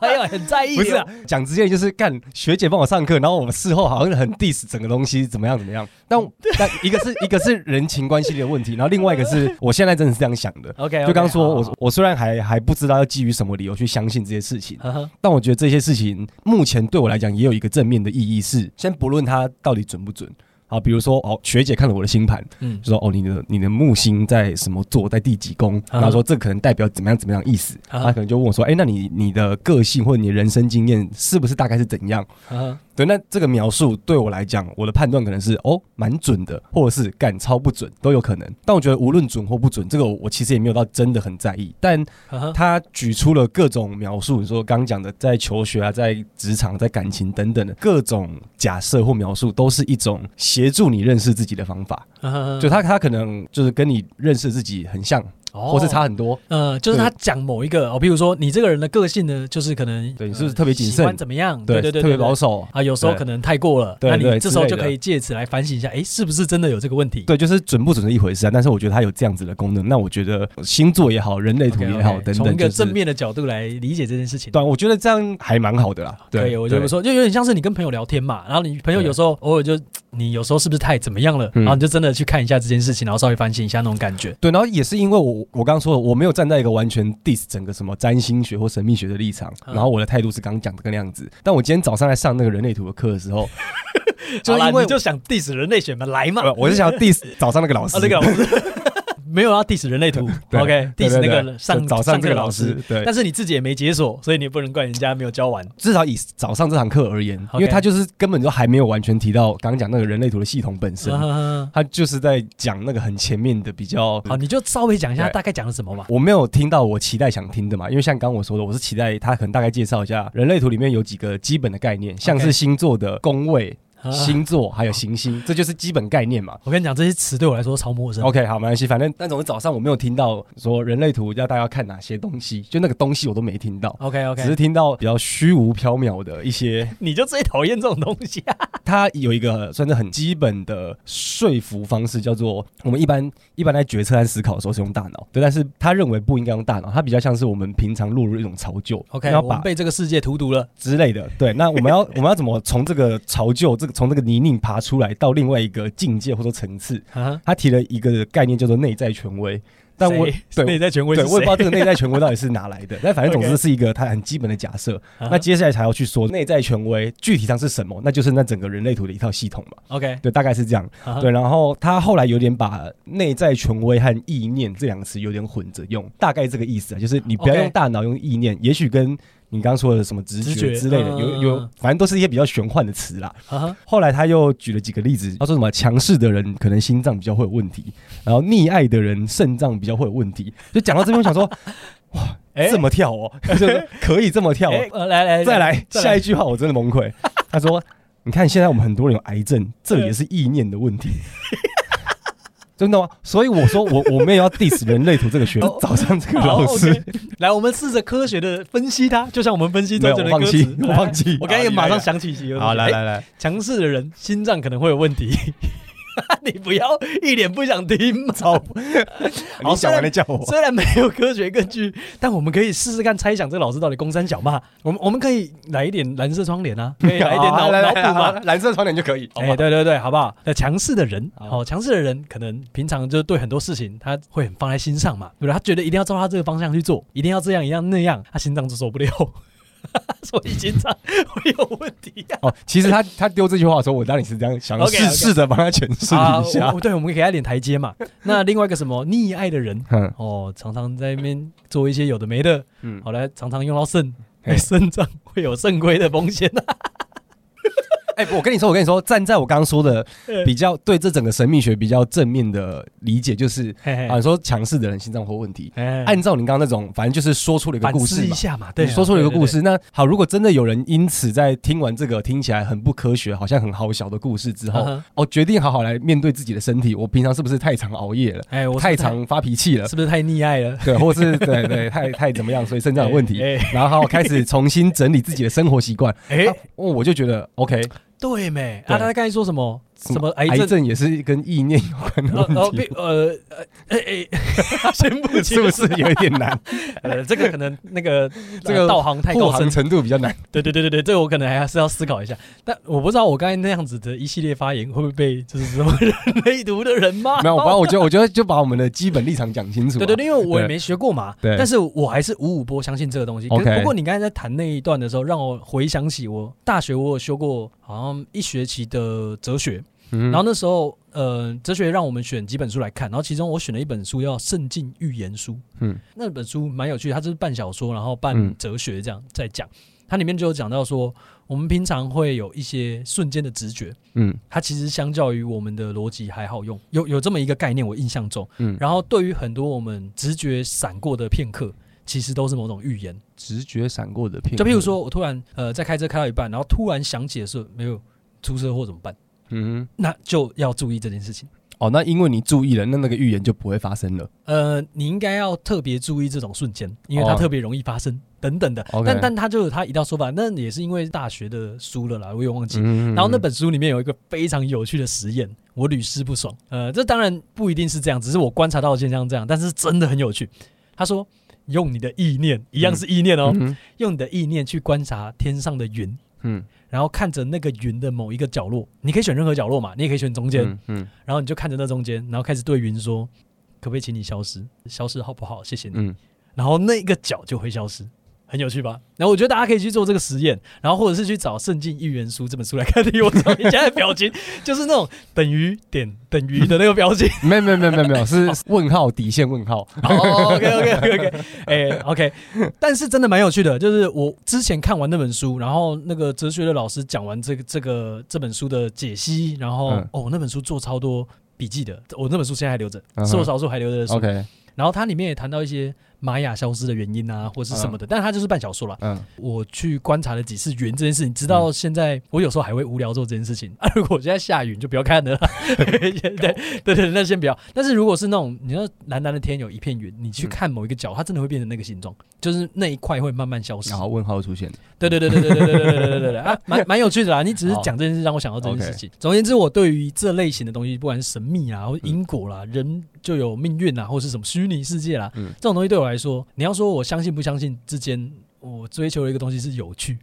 [SPEAKER 2] 哎呦，很在意、
[SPEAKER 1] 不是啊，讲直接就是干学姐帮我上课，然后我们事后好像很 diss 整个东西怎么样怎么样。但但一个是一个是人情关系的问题，然后另外一个是我现在真的是这样想的。
[SPEAKER 2] 哎 OK，
[SPEAKER 1] 就刚刚说，我我虽然还还不知道要基于什么理由去相信这些事情，
[SPEAKER 2] 呵呵
[SPEAKER 1] 但我觉得这些事情目前对我来讲也有一个正面的意义是，先不论它到底准不准。好，比如说哦，学姐看了我的星盘，
[SPEAKER 2] 嗯
[SPEAKER 1] 就说哦，你的你的木星在什么座，在第几宫，
[SPEAKER 2] 啊
[SPEAKER 1] 然后说这可能代表怎么样怎么样的意思，
[SPEAKER 2] 啊
[SPEAKER 1] 他可能就问我说，哎，那你你的个性或者你的人生经验是不是大概是怎样？
[SPEAKER 2] 呵
[SPEAKER 1] 对，那这个描述对我来讲，我的判断可能是哦蛮准的，或者是干超不准都有可能。但我觉得无论准或不准，这个我我其实也没有到真的很在意。但
[SPEAKER 2] 呵呵
[SPEAKER 1] 他举出了各种描述，你说刚讲的在求学啊，在职场、在感情等等的各种假设或描述，都是一种协助你认识自己的方法。
[SPEAKER 2] 呵呵，
[SPEAKER 1] 就他他可能就是跟你认识自己很像，
[SPEAKER 2] 哦
[SPEAKER 1] 或是差很多。
[SPEAKER 2] 呃，就是他讲某一个哦，譬如说你这个人的个性呢，就是可能
[SPEAKER 1] 对你
[SPEAKER 2] 呃
[SPEAKER 1] 是不是特别谨
[SPEAKER 2] 喜欢
[SPEAKER 1] 慎
[SPEAKER 2] 怎么样？
[SPEAKER 1] 对
[SPEAKER 2] 嗯对对对，
[SPEAKER 1] 特别
[SPEAKER 2] 对
[SPEAKER 1] 保守。
[SPEAKER 2] 啊，有时候
[SPEAKER 1] 对
[SPEAKER 2] 可能太过了，
[SPEAKER 1] 对
[SPEAKER 2] 那你
[SPEAKER 1] 对
[SPEAKER 2] 这时候
[SPEAKER 1] 之
[SPEAKER 2] 就
[SPEAKER 1] 类的
[SPEAKER 2] 可以借此来反省一下，诶，是不是真的有这个问题？
[SPEAKER 1] 对，就是准不准是一回事啊，但是我觉得它有这样子的功能，那我觉得星座也好，人类图
[SPEAKER 2] OK，OK，
[SPEAKER 1] 也好，等
[SPEAKER 2] 从一
[SPEAKER 1] 等，
[SPEAKER 2] 个
[SPEAKER 1] 就
[SPEAKER 2] 正
[SPEAKER 1] 是
[SPEAKER 2] 面的角度来理解这件事情。
[SPEAKER 1] 对，我觉得这样还蛮好的啦。
[SPEAKER 2] 可
[SPEAKER 1] 对，
[SPEAKER 2] 以，我就
[SPEAKER 1] 对
[SPEAKER 2] 是，说，就有点像是你跟朋友聊天嘛，然后你朋友
[SPEAKER 1] 对
[SPEAKER 2] 有时候偶尔就，你有时候是不是太怎么样了，
[SPEAKER 1] 嗯
[SPEAKER 2] 然后你就真的去看一下这件事情，然后稍微反省一下那种感觉。
[SPEAKER 1] 对，然后也是因为我我刚刚说的，我没有站在一个完全 diss 整个什么占星学或神秘学的立场，
[SPEAKER 2] 嗯
[SPEAKER 1] 然后我的态度是刚刚讲的那个样子。但我今天早上在上那个人类图的课的时
[SPEAKER 2] [LAUGHS]
[SPEAKER 1] 候，就是
[SPEAKER 2] 好啦
[SPEAKER 1] 因为
[SPEAKER 2] 你就想 diss 人类学嘛，来嘛，
[SPEAKER 1] 呃我是想要 diss 早上那个老师，
[SPEAKER 2] 哦，那个老师 [LAUGHS] 没有要 diss 人类图
[SPEAKER 1] [LAUGHS] 对对
[SPEAKER 2] ，OK，diss
[SPEAKER 1] 对
[SPEAKER 2] 那
[SPEAKER 1] 对
[SPEAKER 2] 个上
[SPEAKER 1] 就早上
[SPEAKER 2] 上
[SPEAKER 1] 这个
[SPEAKER 2] 这个
[SPEAKER 1] 老
[SPEAKER 2] 老
[SPEAKER 1] 师
[SPEAKER 2] 师，，
[SPEAKER 1] 对，
[SPEAKER 2] 但是你自己也没解锁，所以你也不能怪人家没有教完。
[SPEAKER 1] 至少以早上这堂课而言，因为
[SPEAKER 2] OK
[SPEAKER 1] 他就是根本就还没有完全提到刚刚讲那个人类图的系统本身。
[SPEAKER 2] 啊
[SPEAKER 1] 他就是在讲那个很前面的比较。
[SPEAKER 2] 好，你就稍微讲一下
[SPEAKER 1] 对
[SPEAKER 2] 大概讲了什么嘛。
[SPEAKER 1] 我没有听到我期待想听的嘛，因为像刚刚我说的，我是期待他可能大概介绍一下人类图里面有几个基本的概念，像是星座的宫位、
[SPEAKER 2] 啊
[SPEAKER 1] 星座还有行星，这就是基本概念嘛。
[SPEAKER 2] 我跟你讲，这些词对我来说超陌生。
[SPEAKER 1] OK，好，没关系，反正但总之早上我没有听到说人类图要大家看哪些东西，就那个东西我都没听到，
[SPEAKER 2] OK
[SPEAKER 1] 只是
[SPEAKER 2] OK，
[SPEAKER 1] 听到比较虚无缥缈的一些。
[SPEAKER 2] 你就最讨厌这种东西啊！
[SPEAKER 1] 它有一个算是很基本的说服方式，叫做我们一般一般在决策和思考的时候是用大脑，对，但是他认为不应该用大脑，他比较像是我们平常落入一种潮旧
[SPEAKER 2] [LAUGHS] OK，
[SPEAKER 1] 要
[SPEAKER 2] 我们
[SPEAKER 1] 把
[SPEAKER 2] 被这个世界荼毒了。
[SPEAKER 1] 之类的，对，那我们要 [LAUGHS] 我们要怎么从这个潮旧，这个从这个泥泞爬出来到另外一个境界或者层次？
[SPEAKER 2] 啊
[SPEAKER 1] 他提了一个概念叫做内在权威，但我
[SPEAKER 2] 谁
[SPEAKER 1] 对
[SPEAKER 2] 内在权威
[SPEAKER 1] 对，
[SPEAKER 2] 是
[SPEAKER 1] 我 [LAUGHS] 也不知道
[SPEAKER 2] 谁？
[SPEAKER 1] 这个内在权威到底是哪来的，但反正总
[SPEAKER 2] OK
[SPEAKER 1] 之是一个它很基本的假设。
[SPEAKER 2] 啊
[SPEAKER 1] 那接下来才要去说内在权威具体上是什么，那就是那整个人类图的一套系统嘛。
[SPEAKER 2] OK，
[SPEAKER 1] 对，大概是这样。
[SPEAKER 2] 啊
[SPEAKER 1] 对，然后他后来有点把内在权威和意念这两个词有点混着用，大概这个意思啊，就是你不要
[SPEAKER 2] OK
[SPEAKER 1] 用大脑，用意念，也许跟你刚说的什么直
[SPEAKER 2] 直
[SPEAKER 1] 觉
[SPEAKER 2] 觉
[SPEAKER 1] 之类的，
[SPEAKER 2] 嗯
[SPEAKER 1] 有有，反正都是一些比较玄幻的词啦。
[SPEAKER 2] 啊哈，
[SPEAKER 1] 后来他又举了几个例子，他说什么强势的人可能心脏比较会有问题，然后溺爱的人肾脏比较会有问题。就讲到这边，我想说，哇，
[SPEAKER 2] [LAUGHS] 哎
[SPEAKER 1] 这么跳哦， [LAUGHS] 就是可以这么跳哦、
[SPEAKER 2] 哎呃来来
[SPEAKER 1] 再来下一句话，我真的崩溃。他说：“ [LAUGHS] 你看，现在我们很多人有癌症，这也是意念的问 [LAUGHS] 题。”真的吗？所以我说我我没有要 diss 人类图这个学
[SPEAKER 2] 哦
[SPEAKER 1] 早上这个
[SPEAKER 2] 好
[SPEAKER 1] 老师，
[SPEAKER 2] OK [LAUGHS] 来，我们试着科学的分析它，就像我们分析周杰伦
[SPEAKER 1] 没
[SPEAKER 2] 的
[SPEAKER 1] 有我放弃
[SPEAKER 2] 歌词
[SPEAKER 1] 我啊放弃
[SPEAKER 2] 来我刚才也
[SPEAKER 1] 好
[SPEAKER 2] 马
[SPEAKER 1] 你来
[SPEAKER 2] 上
[SPEAKER 1] 来
[SPEAKER 2] 想起几个。
[SPEAKER 1] 好来
[SPEAKER 2] 哎
[SPEAKER 1] 来来，
[SPEAKER 2] 强势的人心脏可能会有问题。 [LAUGHS] 你不要一脸不想听嘛！好
[SPEAKER 1] 你讲完了叫我，
[SPEAKER 2] 虽然没有科学根据， [LAUGHS] 但我们可以试试看猜想这个老师到底公三小嘛？我们我们可以来一点蓝色窗帘
[SPEAKER 1] [LAUGHS]
[SPEAKER 2] 啊，可以
[SPEAKER 1] 哎
[SPEAKER 2] 来一点脑
[SPEAKER 1] 好来来
[SPEAKER 2] 脑补
[SPEAKER 1] 来好
[SPEAKER 2] 嘛。
[SPEAKER 1] 蓝色窗帘就可以。好不
[SPEAKER 2] 哎，
[SPEAKER 1] 好
[SPEAKER 2] 对对对，好不好？那强势的人，
[SPEAKER 1] 好
[SPEAKER 2] 哦，强势的人可能平常就对很多事情他会很放在心上嘛，对不对？他觉得一定要照他这个方向去做，一定要这样一样那样，他心脏就受不了， [LAUGHS] 所以心脏会有问题啊呀、
[SPEAKER 1] 哦，其实他他丢这句话的时候，我当你是这样想，
[SPEAKER 2] OK，OK
[SPEAKER 1] 试 [LAUGHS] 试着帮他诠释
[SPEAKER 2] 啊，
[SPEAKER 1] 一下
[SPEAKER 2] 我。对，我们给他一点台阶嘛。那另外一个什么溺爱的人，
[SPEAKER 1] 嗯，
[SPEAKER 2] 哦，常常在那边做一些有的没的，
[SPEAKER 1] 嗯
[SPEAKER 2] 好来常常用到肾，
[SPEAKER 1] 嘿
[SPEAKER 2] [LAUGHS] 肾脏会有肾亏的风
[SPEAKER 1] [LAUGHS]
[SPEAKER 2] 险啊。
[SPEAKER 1] 哎，我跟你说，我跟你说，站在我刚刚说的比较对这整个神秘学比较正面的理解，就是
[SPEAKER 2] 嘿嘿
[SPEAKER 1] 啊，你说强势的人心脏会有问题，
[SPEAKER 2] 哎
[SPEAKER 1] 按照你刚刚那种，反正就是说出了一个
[SPEAKER 2] 反
[SPEAKER 1] 故
[SPEAKER 2] 思
[SPEAKER 1] 事
[SPEAKER 2] 一
[SPEAKER 1] 嘛。
[SPEAKER 2] 下嘛，对
[SPEAKER 1] 你
[SPEAKER 2] 啊，
[SPEAKER 1] 说出了一个故事，
[SPEAKER 2] 对，
[SPEAKER 1] 那好，如果真的有人因此在听完这个听起来很不科学、好像很好小的故事之后，
[SPEAKER 2] 嗯
[SPEAKER 1] 我、
[SPEAKER 2] 哼
[SPEAKER 1] 决定好好来面对自己的身体。我平常是不是太常熬夜了？
[SPEAKER 2] 对哎，我是
[SPEAKER 1] 太常发脾气了？
[SPEAKER 2] 是不是太 [LAUGHS] 溺爱了？
[SPEAKER 1] 对，或是对对太太怎么样，所以肾脏有问题。
[SPEAKER 2] 哎哎
[SPEAKER 1] 然后好好开始重新整理自己的生活习惯。
[SPEAKER 2] 哎
[SPEAKER 1] 啊哦我就觉得 OK，
[SPEAKER 2] 对没？
[SPEAKER 1] 对
[SPEAKER 2] 啊，他刚才说什么？什么癌
[SPEAKER 1] 癌
[SPEAKER 2] 症？
[SPEAKER 1] 症也是跟意念有关的
[SPEAKER 2] 哦哦
[SPEAKER 1] [LAUGHS] 问
[SPEAKER 2] 被
[SPEAKER 1] 题，
[SPEAKER 2] 呃呃哎哎， [LAUGHS] 先不
[SPEAKER 1] 是不是有一点难？
[SPEAKER 2] [LAUGHS] 呃，这个可能那个
[SPEAKER 1] [LAUGHS]
[SPEAKER 2] 呃
[SPEAKER 1] 这个
[SPEAKER 2] 道行太
[SPEAKER 1] 护
[SPEAKER 2] 高深
[SPEAKER 1] 航，程度比较难。
[SPEAKER 2] 对对对对对，这个我可能还是要思考一下。但我不知道我刚才那样子的一系列发言会不会被就是什么人类毒的人骂？
[SPEAKER 1] 没有，反正我觉得，我觉得就把我们的基本立场讲清楚啊。
[SPEAKER 2] 对对对，因为我也没学过嘛，
[SPEAKER 1] 对
[SPEAKER 2] 但是我还是五五波相信这个东西。可
[SPEAKER 1] OK
[SPEAKER 2] 是不过你刚才在谈那一段的时候，让我回想起我大学我有修过好像一学期的哲学，
[SPEAKER 1] 嗯，
[SPEAKER 2] 然后那时候呃哲学让我们选几本书来看，然后其中我选了一本书叫《圣境预言书》，
[SPEAKER 1] 嗯
[SPEAKER 2] 那本书蛮有趣，它就是半小说，然后
[SPEAKER 1] 嗯
[SPEAKER 2] 半哲学这样在讲。它里面就有讲到说，我们平常会有一些瞬间的直觉，
[SPEAKER 1] 嗯
[SPEAKER 2] 它其实相较于我们的逻辑还好用，有有这么一个概念，我印象中。
[SPEAKER 1] 嗯，
[SPEAKER 2] 然后对于很多我们直觉闪过的片刻，其实都是某种预言。
[SPEAKER 1] 直觉闪过的片
[SPEAKER 2] 就譬如，说我突然呃在开车开到一半，然后突然想起的是没有出车祸怎么办？
[SPEAKER 1] 嗯哼，
[SPEAKER 2] 那就要注意这件事情。
[SPEAKER 1] 哦，那因为你注意了，那那个预言就不会发生了。
[SPEAKER 2] 呃，你应该要特别注意这种瞬间，因为它
[SPEAKER 1] 哦
[SPEAKER 2] 特别容易发生、等等的。
[SPEAKER 1] OK
[SPEAKER 2] 但但他就有他一道说法，那也是因为大学的书了啦，我也忘记。
[SPEAKER 1] 嗯，
[SPEAKER 2] 然后那本书里面有一个非常有趣的实验，我屡试不爽。呃，这当然不一定是这样，只是我观察到的现象这样，但是真的很有趣。他说，用你的意念，一样是意念哦，
[SPEAKER 1] 嗯
[SPEAKER 2] 用你的意念去观察天上的云，
[SPEAKER 1] 嗯，
[SPEAKER 2] 然后看着那个云的某一个角落，你可以选任何角落嘛，你也可以选中间，
[SPEAKER 1] 嗯嗯
[SPEAKER 2] 然后你就看着那中间，然后开始对云说：“可不可以请你消失？消失好不好？谢谢你。
[SPEAKER 1] 嗯，
[SPEAKER 2] 然后那个脚就会消失，很有趣吧？然后我觉得大家可以去做这个实验，然后或者是去找《圣经预言书》这本书来看。 [LAUGHS] 我操，你现在的表情就是那种等于点等于的那个表情。
[SPEAKER 1] 没有没有没有没有没有，是问号底线问号。
[SPEAKER 2] [LAUGHS] 哦，OK OK OK OK，哎、o k 但是真的蛮有趣的，就是我之前看完那本书，然后那个哲学的老师讲完这个这个这本书的解析，然后、
[SPEAKER 1] 嗯
[SPEAKER 2] 哦，那本书做超多笔记的，哦我那本书现在还留着，
[SPEAKER 1] 嗯哼
[SPEAKER 2] 是我少数还留着的书。
[SPEAKER 1] OK，
[SPEAKER 2] 然后它里面也谈到一些玛雅消失的原因啊，或是什么的，但它就是半小说啦。
[SPEAKER 1] 嗯，
[SPEAKER 2] 我去观察了几次云这件事情，直到现在，我有时候还会无聊做这件事情。 [LAUGHS] 啊，如果我现在下雨，你就不要看了 [LAUGHS] 啦。对对对对，那先不要。但是如果是那种你说蓝蓝的天有一片云，你去看某一个角，它真的会变成那个形状，就是那一块会慢慢消失
[SPEAKER 1] 然。后问号出现。
[SPEAKER 2] 对对对对对对对对对对对对啊，蛮蛮有趣的啦。你只是讲这件事，让我想到这件事情。总而言之，我对于这类型的东西，不管是神秘啊，或者因果啦，人就有命运啊，或者是什么虚拟世界啦，
[SPEAKER 1] 嗯
[SPEAKER 2] 这种东西对我来说，你要说我相信不相信之间，我追求的一个东西是有趣。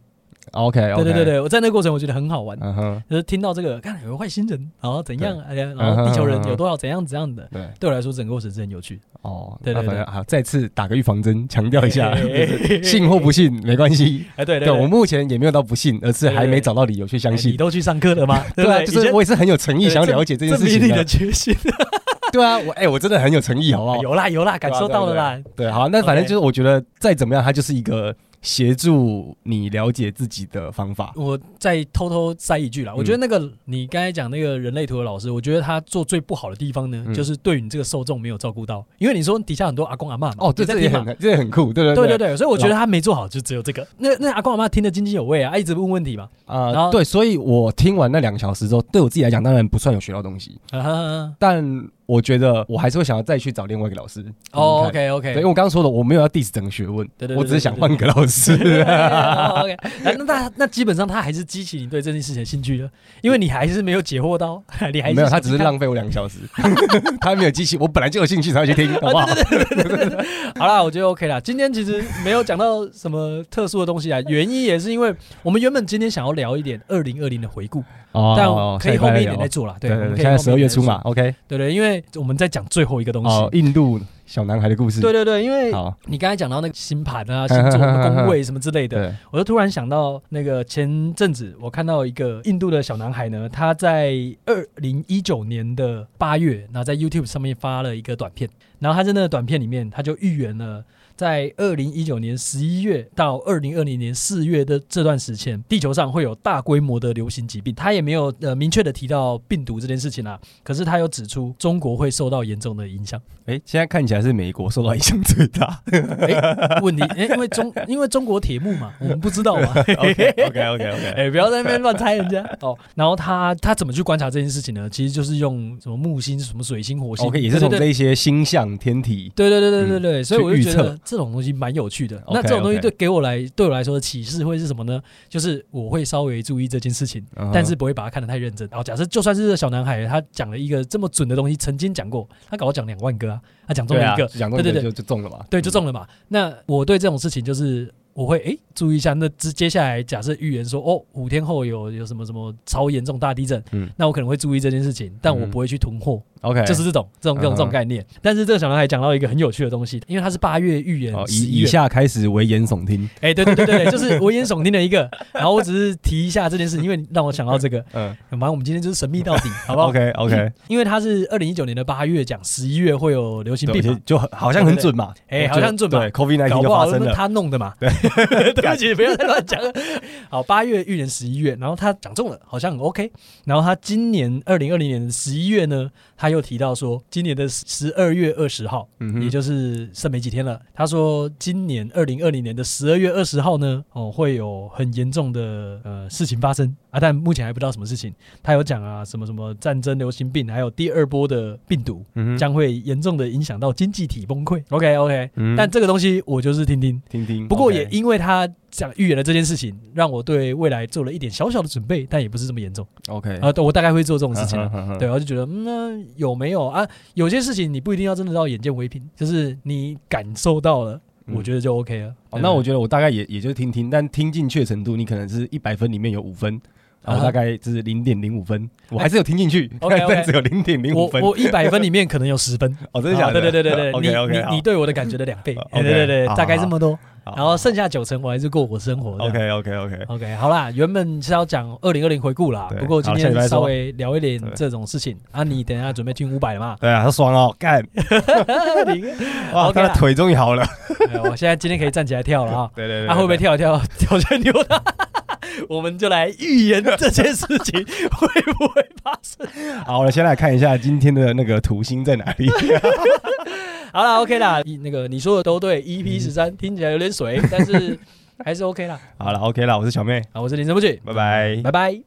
[SPEAKER 1] OK，
[SPEAKER 2] 对对对，对，我在那个过程我觉得很好玩，
[SPEAKER 1] 嗯哼，
[SPEAKER 2] 就是听到这个，看有个外星人，然后怎样，哎呀，然
[SPEAKER 1] 嗯
[SPEAKER 2] 后
[SPEAKER 1] 哼
[SPEAKER 2] 地球人
[SPEAKER 1] 嗯哼
[SPEAKER 2] 有多少怎样怎样的。
[SPEAKER 1] 对，
[SPEAKER 2] 对我来说，整个过程是很有趣。
[SPEAKER 1] 哦，
[SPEAKER 2] 对对
[SPEAKER 1] 那
[SPEAKER 2] 对
[SPEAKER 1] 反正好，再次打个预防针，强调一下，
[SPEAKER 2] 嘿嘿嘿嘿嘿
[SPEAKER 1] 信或不信没关系。
[SPEAKER 2] 哎，对
[SPEAKER 1] 对我目前也没有到不信，而是还没找到理由去相
[SPEAKER 2] 哎你
[SPEAKER 1] 信。
[SPEAKER 2] 都去上课了吗？对不
[SPEAKER 1] 对啊，
[SPEAKER 2] 对？
[SPEAKER 1] 就是我也是很有诚意想要了解这件事
[SPEAKER 2] 证
[SPEAKER 1] 情
[SPEAKER 2] 明你的
[SPEAKER 1] 的。
[SPEAKER 2] 决心。
[SPEAKER 1] 对啊，我哎，我真的
[SPEAKER 2] [LAUGHS]
[SPEAKER 1] 很有诚意，好不好？
[SPEAKER 2] 有啦有啦，感受到了啦。
[SPEAKER 1] 对，好，那反正就
[SPEAKER 2] OK
[SPEAKER 1] 是我觉得再怎么样，它就是一个协助你了解自己的方法。
[SPEAKER 2] 我再偷偷塞一句
[SPEAKER 1] 嗯
[SPEAKER 2] 啦，我觉得那个你刚才讲那个人类图的老师，我觉得他做最不好的地方呢，
[SPEAKER 1] 嗯
[SPEAKER 2] 就是对于你这个受众没有照顾到，因为你说底下很多阿公阿妈嘛，
[SPEAKER 1] 哦，这
[SPEAKER 2] 你在
[SPEAKER 1] 这也
[SPEAKER 2] 听嘛
[SPEAKER 1] 很，这也很酷，对对
[SPEAKER 2] 对对
[SPEAKER 1] 对
[SPEAKER 2] 对，所以我觉得他没做好，就只有这个。那那阿公阿妈听得津津有味啊，啊一直问问题嘛，然
[SPEAKER 1] 啊，
[SPEAKER 2] 后
[SPEAKER 1] 对，所以我听完那两个小时之后，对我自己来讲，当然不算有学到东西，
[SPEAKER 2] 啊哈
[SPEAKER 1] 嗯
[SPEAKER 2] 哈
[SPEAKER 1] 但我觉得我还是会想要再去找另外一个老师。
[SPEAKER 2] 哦
[SPEAKER 1] 听听看
[SPEAKER 2] ，OK
[SPEAKER 1] 对，因
[SPEAKER 2] OK， [LAUGHS]
[SPEAKER 1] 为我刚刚说的，我没有要 diss 整个学问，
[SPEAKER 2] 对对对
[SPEAKER 1] 我只是想
[SPEAKER 2] 对对
[SPEAKER 1] 换个老师。[LAUGHS]
[SPEAKER 2] 哦 OK，那那那那基本上他还是激起你对这件事情的兴趣了，因为你还是没有解惑到， [LAUGHS] 你 [LAUGHS] 还
[SPEAKER 1] 没有，他
[SPEAKER 2] 想
[SPEAKER 1] 只是
[SPEAKER 2] 看
[SPEAKER 1] 浪费我两个小时， [LAUGHS] 他没有激情，我本来就有兴趣才会去
[SPEAKER 2] [LAUGHS]
[SPEAKER 1] 听，
[SPEAKER 2] 哦
[SPEAKER 1] 好不好？
[SPEAKER 2] 好啦，我觉得 OK 啦。今天其实没有讲到什么特殊的东西啊，原因也是因为我们原本今天想要聊一点二零二零的回顾，
[SPEAKER 1] 哦
[SPEAKER 2] 但可以后面一点再
[SPEAKER 1] 再
[SPEAKER 2] 做啦。
[SPEAKER 1] 对
[SPEAKER 2] 我
[SPEAKER 1] 对
[SPEAKER 2] 们可
[SPEAKER 1] 对，
[SPEAKER 2] 以
[SPEAKER 1] 现在
[SPEAKER 2] 后
[SPEAKER 1] 十
[SPEAKER 2] 面
[SPEAKER 1] 二
[SPEAKER 2] 一
[SPEAKER 1] 月
[SPEAKER 2] 点再
[SPEAKER 1] 初
[SPEAKER 2] 做
[SPEAKER 1] 嘛，，OK。
[SPEAKER 2] 对对，因为我们在讲最后一个东西。
[SPEAKER 1] 哦，印度小男孩的故事。
[SPEAKER 2] 对对对，因为
[SPEAKER 1] 好，
[SPEAKER 2] 你刚才讲到那个星盘
[SPEAKER 1] [LAUGHS]
[SPEAKER 2] 啊、星座的宫位什么之类的，
[SPEAKER 1] 对，
[SPEAKER 2] 我就突然想到那个前阵子我看到一个印度的小男孩呢，他在二零一九年的八月，然后在 YouTube 上面发了一个短片，然后他在那个短片里面，他就预言了。在二零一九年十一月到二零二零年四月的这段时间，地球上会有大规模的流行疾病。他也没有呃明确的提到病毒这件事情啊，可是他有指出中国会受到严重的影响。 [LAUGHS]
[SPEAKER 1] 哎，现在看起来是美国受到影响最 [LAUGHS] 大。
[SPEAKER 2] 哎，问题，哎，因为中因为中国铁幕嘛，我们不知道嘛。
[SPEAKER 1] OK OK OK OK。
[SPEAKER 2] 哎、不要在那边乱猜
[SPEAKER 1] [LAUGHS]
[SPEAKER 2] 人家哦。然后他他怎么去观察这件事情呢？其实就是用什么木星、什么水星、火星
[SPEAKER 1] OK，也是哦从
[SPEAKER 2] 对
[SPEAKER 1] 这
[SPEAKER 2] 对
[SPEAKER 1] 一些星象天体。
[SPEAKER 2] 对对对对对对，所以
[SPEAKER 1] 去
[SPEAKER 2] 我就
[SPEAKER 1] 预
[SPEAKER 2] 觉得
[SPEAKER 1] 测
[SPEAKER 2] 这种东西蛮有趣的。
[SPEAKER 1] OK，
[SPEAKER 2] 那这种东西
[SPEAKER 1] OK
[SPEAKER 2] 对给我来对我来说的启示会是什么呢？就是我会稍微注意这件事情，
[SPEAKER 1] 嗯哼
[SPEAKER 2] 但是不会把它看得太认真。哦然后假设就算是这个小男孩，他讲了一个这么准的东西，曾经讲过，他搞我讲两万个啊，他讲中
[SPEAKER 1] 对
[SPEAKER 2] 了
[SPEAKER 1] 啊
[SPEAKER 2] 一个，，
[SPEAKER 1] 讲中
[SPEAKER 2] 对
[SPEAKER 1] 就
[SPEAKER 2] 对对
[SPEAKER 1] 就就中了嘛。
[SPEAKER 2] 对，就中了嘛。那我对这种事情就是我会诶注意一下。那接接下来假设预言说哦五天后有有什么什么超严重大地震，
[SPEAKER 1] 嗯
[SPEAKER 2] 那我可能会注意这件事情，但我
[SPEAKER 1] 嗯
[SPEAKER 2] 不会去囤货，
[SPEAKER 1] OK，
[SPEAKER 2] 就是这种这种这种这
[SPEAKER 1] 嗯
[SPEAKER 2] 种
[SPEAKER 1] 哼
[SPEAKER 2] 概念。但是这个小男孩讲到一个很有趣的东西，因为他是八月预言
[SPEAKER 1] 哦，
[SPEAKER 2] 十一
[SPEAKER 1] 以以
[SPEAKER 2] 月，
[SPEAKER 1] 下开始危言耸听。
[SPEAKER 2] 哎、对对对对，就是危言耸听的一个。然后我只是提一下这件事，因为让我想到这个，
[SPEAKER 1] 嗯，
[SPEAKER 2] 反正我们今天就是神秘到底，好不
[SPEAKER 1] [LAUGHS]
[SPEAKER 2] 好？
[SPEAKER 1] OK OK，
[SPEAKER 2] 因为他是二零一九年的八月讲十一月会有流行
[SPEAKER 1] 对
[SPEAKER 2] 病
[SPEAKER 1] 就
[SPEAKER 2] 嘛，
[SPEAKER 1] 就很好像很准嘛。
[SPEAKER 2] 对对对哎
[SPEAKER 1] 就
[SPEAKER 2] 好像准嘛
[SPEAKER 1] 对，COVID
[SPEAKER 2] 搞
[SPEAKER 1] nineteen
[SPEAKER 2] 不
[SPEAKER 1] 就
[SPEAKER 2] 好
[SPEAKER 1] 发生
[SPEAKER 2] 是
[SPEAKER 1] 了。
[SPEAKER 2] 他弄的嘛。 [LAUGHS] 对，不起，不要再乱讲了。好，八月预言十一月，然后他讲中了，好像很 OK。然后他今年二零二零年的十一月呢，他又提到说，今年的十二月二十号，
[SPEAKER 1] 嗯哼
[SPEAKER 2] 也就是剩没几天了。他说，今年二零二零年的十二月二十号呢，哦，会有很严重的呃事情发生啊，但目前还不知道什么事情。他有讲啊，什么什么战争、流行病，还有第二波的病毒，
[SPEAKER 1] 嗯哼，
[SPEAKER 2] 将会严重的影响到经济体崩溃。OK OK，、
[SPEAKER 1] 嗯
[SPEAKER 2] 但这个东西我就是听听。
[SPEAKER 1] 听听。
[SPEAKER 2] 不过
[SPEAKER 1] OK
[SPEAKER 2] 也因为他讲预言了这件事情，让我对未来做了一点小小的准备，但也不是这么严重
[SPEAKER 1] OK
[SPEAKER 2] 啊、对我大概会做这种事情啊。
[SPEAKER 1] 嗯哼
[SPEAKER 2] 对，我就觉得，嗯，那有没有啊？有些事情你不一定要真的到眼见为凭，就是你感受到了，
[SPEAKER 1] 嗯
[SPEAKER 2] 我觉得就 OK 了。
[SPEAKER 1] 哦，
[SPEAKER 2] 对
[SPEAKER 1] 那我觉得我大概也也就听听，但听进去的程度，你可能是一百分里面有五分，然
[SPEAKER 2] 啊
[SPEAKER 1] 后
[SPEAKER 2] 哈
[SPEAKER 1] 大
[SPEAKER 2] 哎
[SPEAKER 1] 概就是零点零五分，我还是有听进去，
[SPEAKER 2] [LAUGHS] OK，OK
[SPEAKER 1] 但只有零点零五分。
[SPEAKER 2] 我我一百分里面可能有十分，
[SPEAKER 1] 哦， [LAUGHS] 真的假
[SPEAKER 2] 啊
[SPEAKER 1] 的？
[SPEAKER 2] 对对对对对，
[SPEAKER 1] OK
[SPEAKER 2] 你
[SPEAKER 1] OK
[SPEAKER 2] 你你对我的感觉的
[SPEAKER 1] [LAUGHS]
[SPEAKER 2] 两倍，对
[SPEAKER 1] OK，
[SPEAKER 2] 对对，
[SPEAKER 1] 好
[SPEAKER 2] 大概
[SPEAKER 1] 好
[SPEAKER 2] 这么多，
[SPEAKER 1] 好
[SPEAKER 2] 然后剩下九成我还是过我生活这样。
[SPEAKER 1] OK OK OK，
[SPEAKER 2] OK，好啦，原本是要讲二零二零回顾啦，
[SPEAKER 1] 对
[SPEAKER 2] 不过今
[SPEAKER 1] 好下礼拜
[SPEAKER 2] 天
[SPEAKER 1] 说
[SPEAKER 2] 稍微聊一点
[SPEAKER 1] 对？
[SPEAKER 2] 这种事情啊。你等一下准备听五百了嘛
[SPEAKER 1] [LAUGHS] 对啊，他爽哦，干
[SPEAKER 2] 你
[SPEAKER 1] 哇，
[SPEAKER 2] [LAUGHS] OK
[SPEAKER 1] 他
[SPEAKER 2] 啦
[SPEAKER 1] 的腿终于好了。
[SPEAKER 2] 哎我现在今天可以站起来跳了啊！
[SPEAKER 1] 对对对，
[SPEAKER 2] 啊，会不会
[SPEAKER 1] 对？
[SPEAKER 2] 跳一跳跳下牛的？我们就来预言这件事
[SPEAKER 1] [LAUGHS]
[SPEAKER 2] 情会不会发生。
[SPEAKER 1] 好了，先来看一下今天的那个土星在哪里。 [LAUGHS]
[SPEAKER 2] 好啦 o k 啦，你那个你说的都对，EP
[SPEAKER 1] 嗯
[SPEAKER 2] 十三听起来有点水，但是还是 OK 啦。
[SPEAKER 1] 好了，OK 了，我是小妹，
[SPEAKER 2] 啊，我是林晨不举，
[SPEAKER 1] 拜拜。
[SPEAKER 2] 拜拜。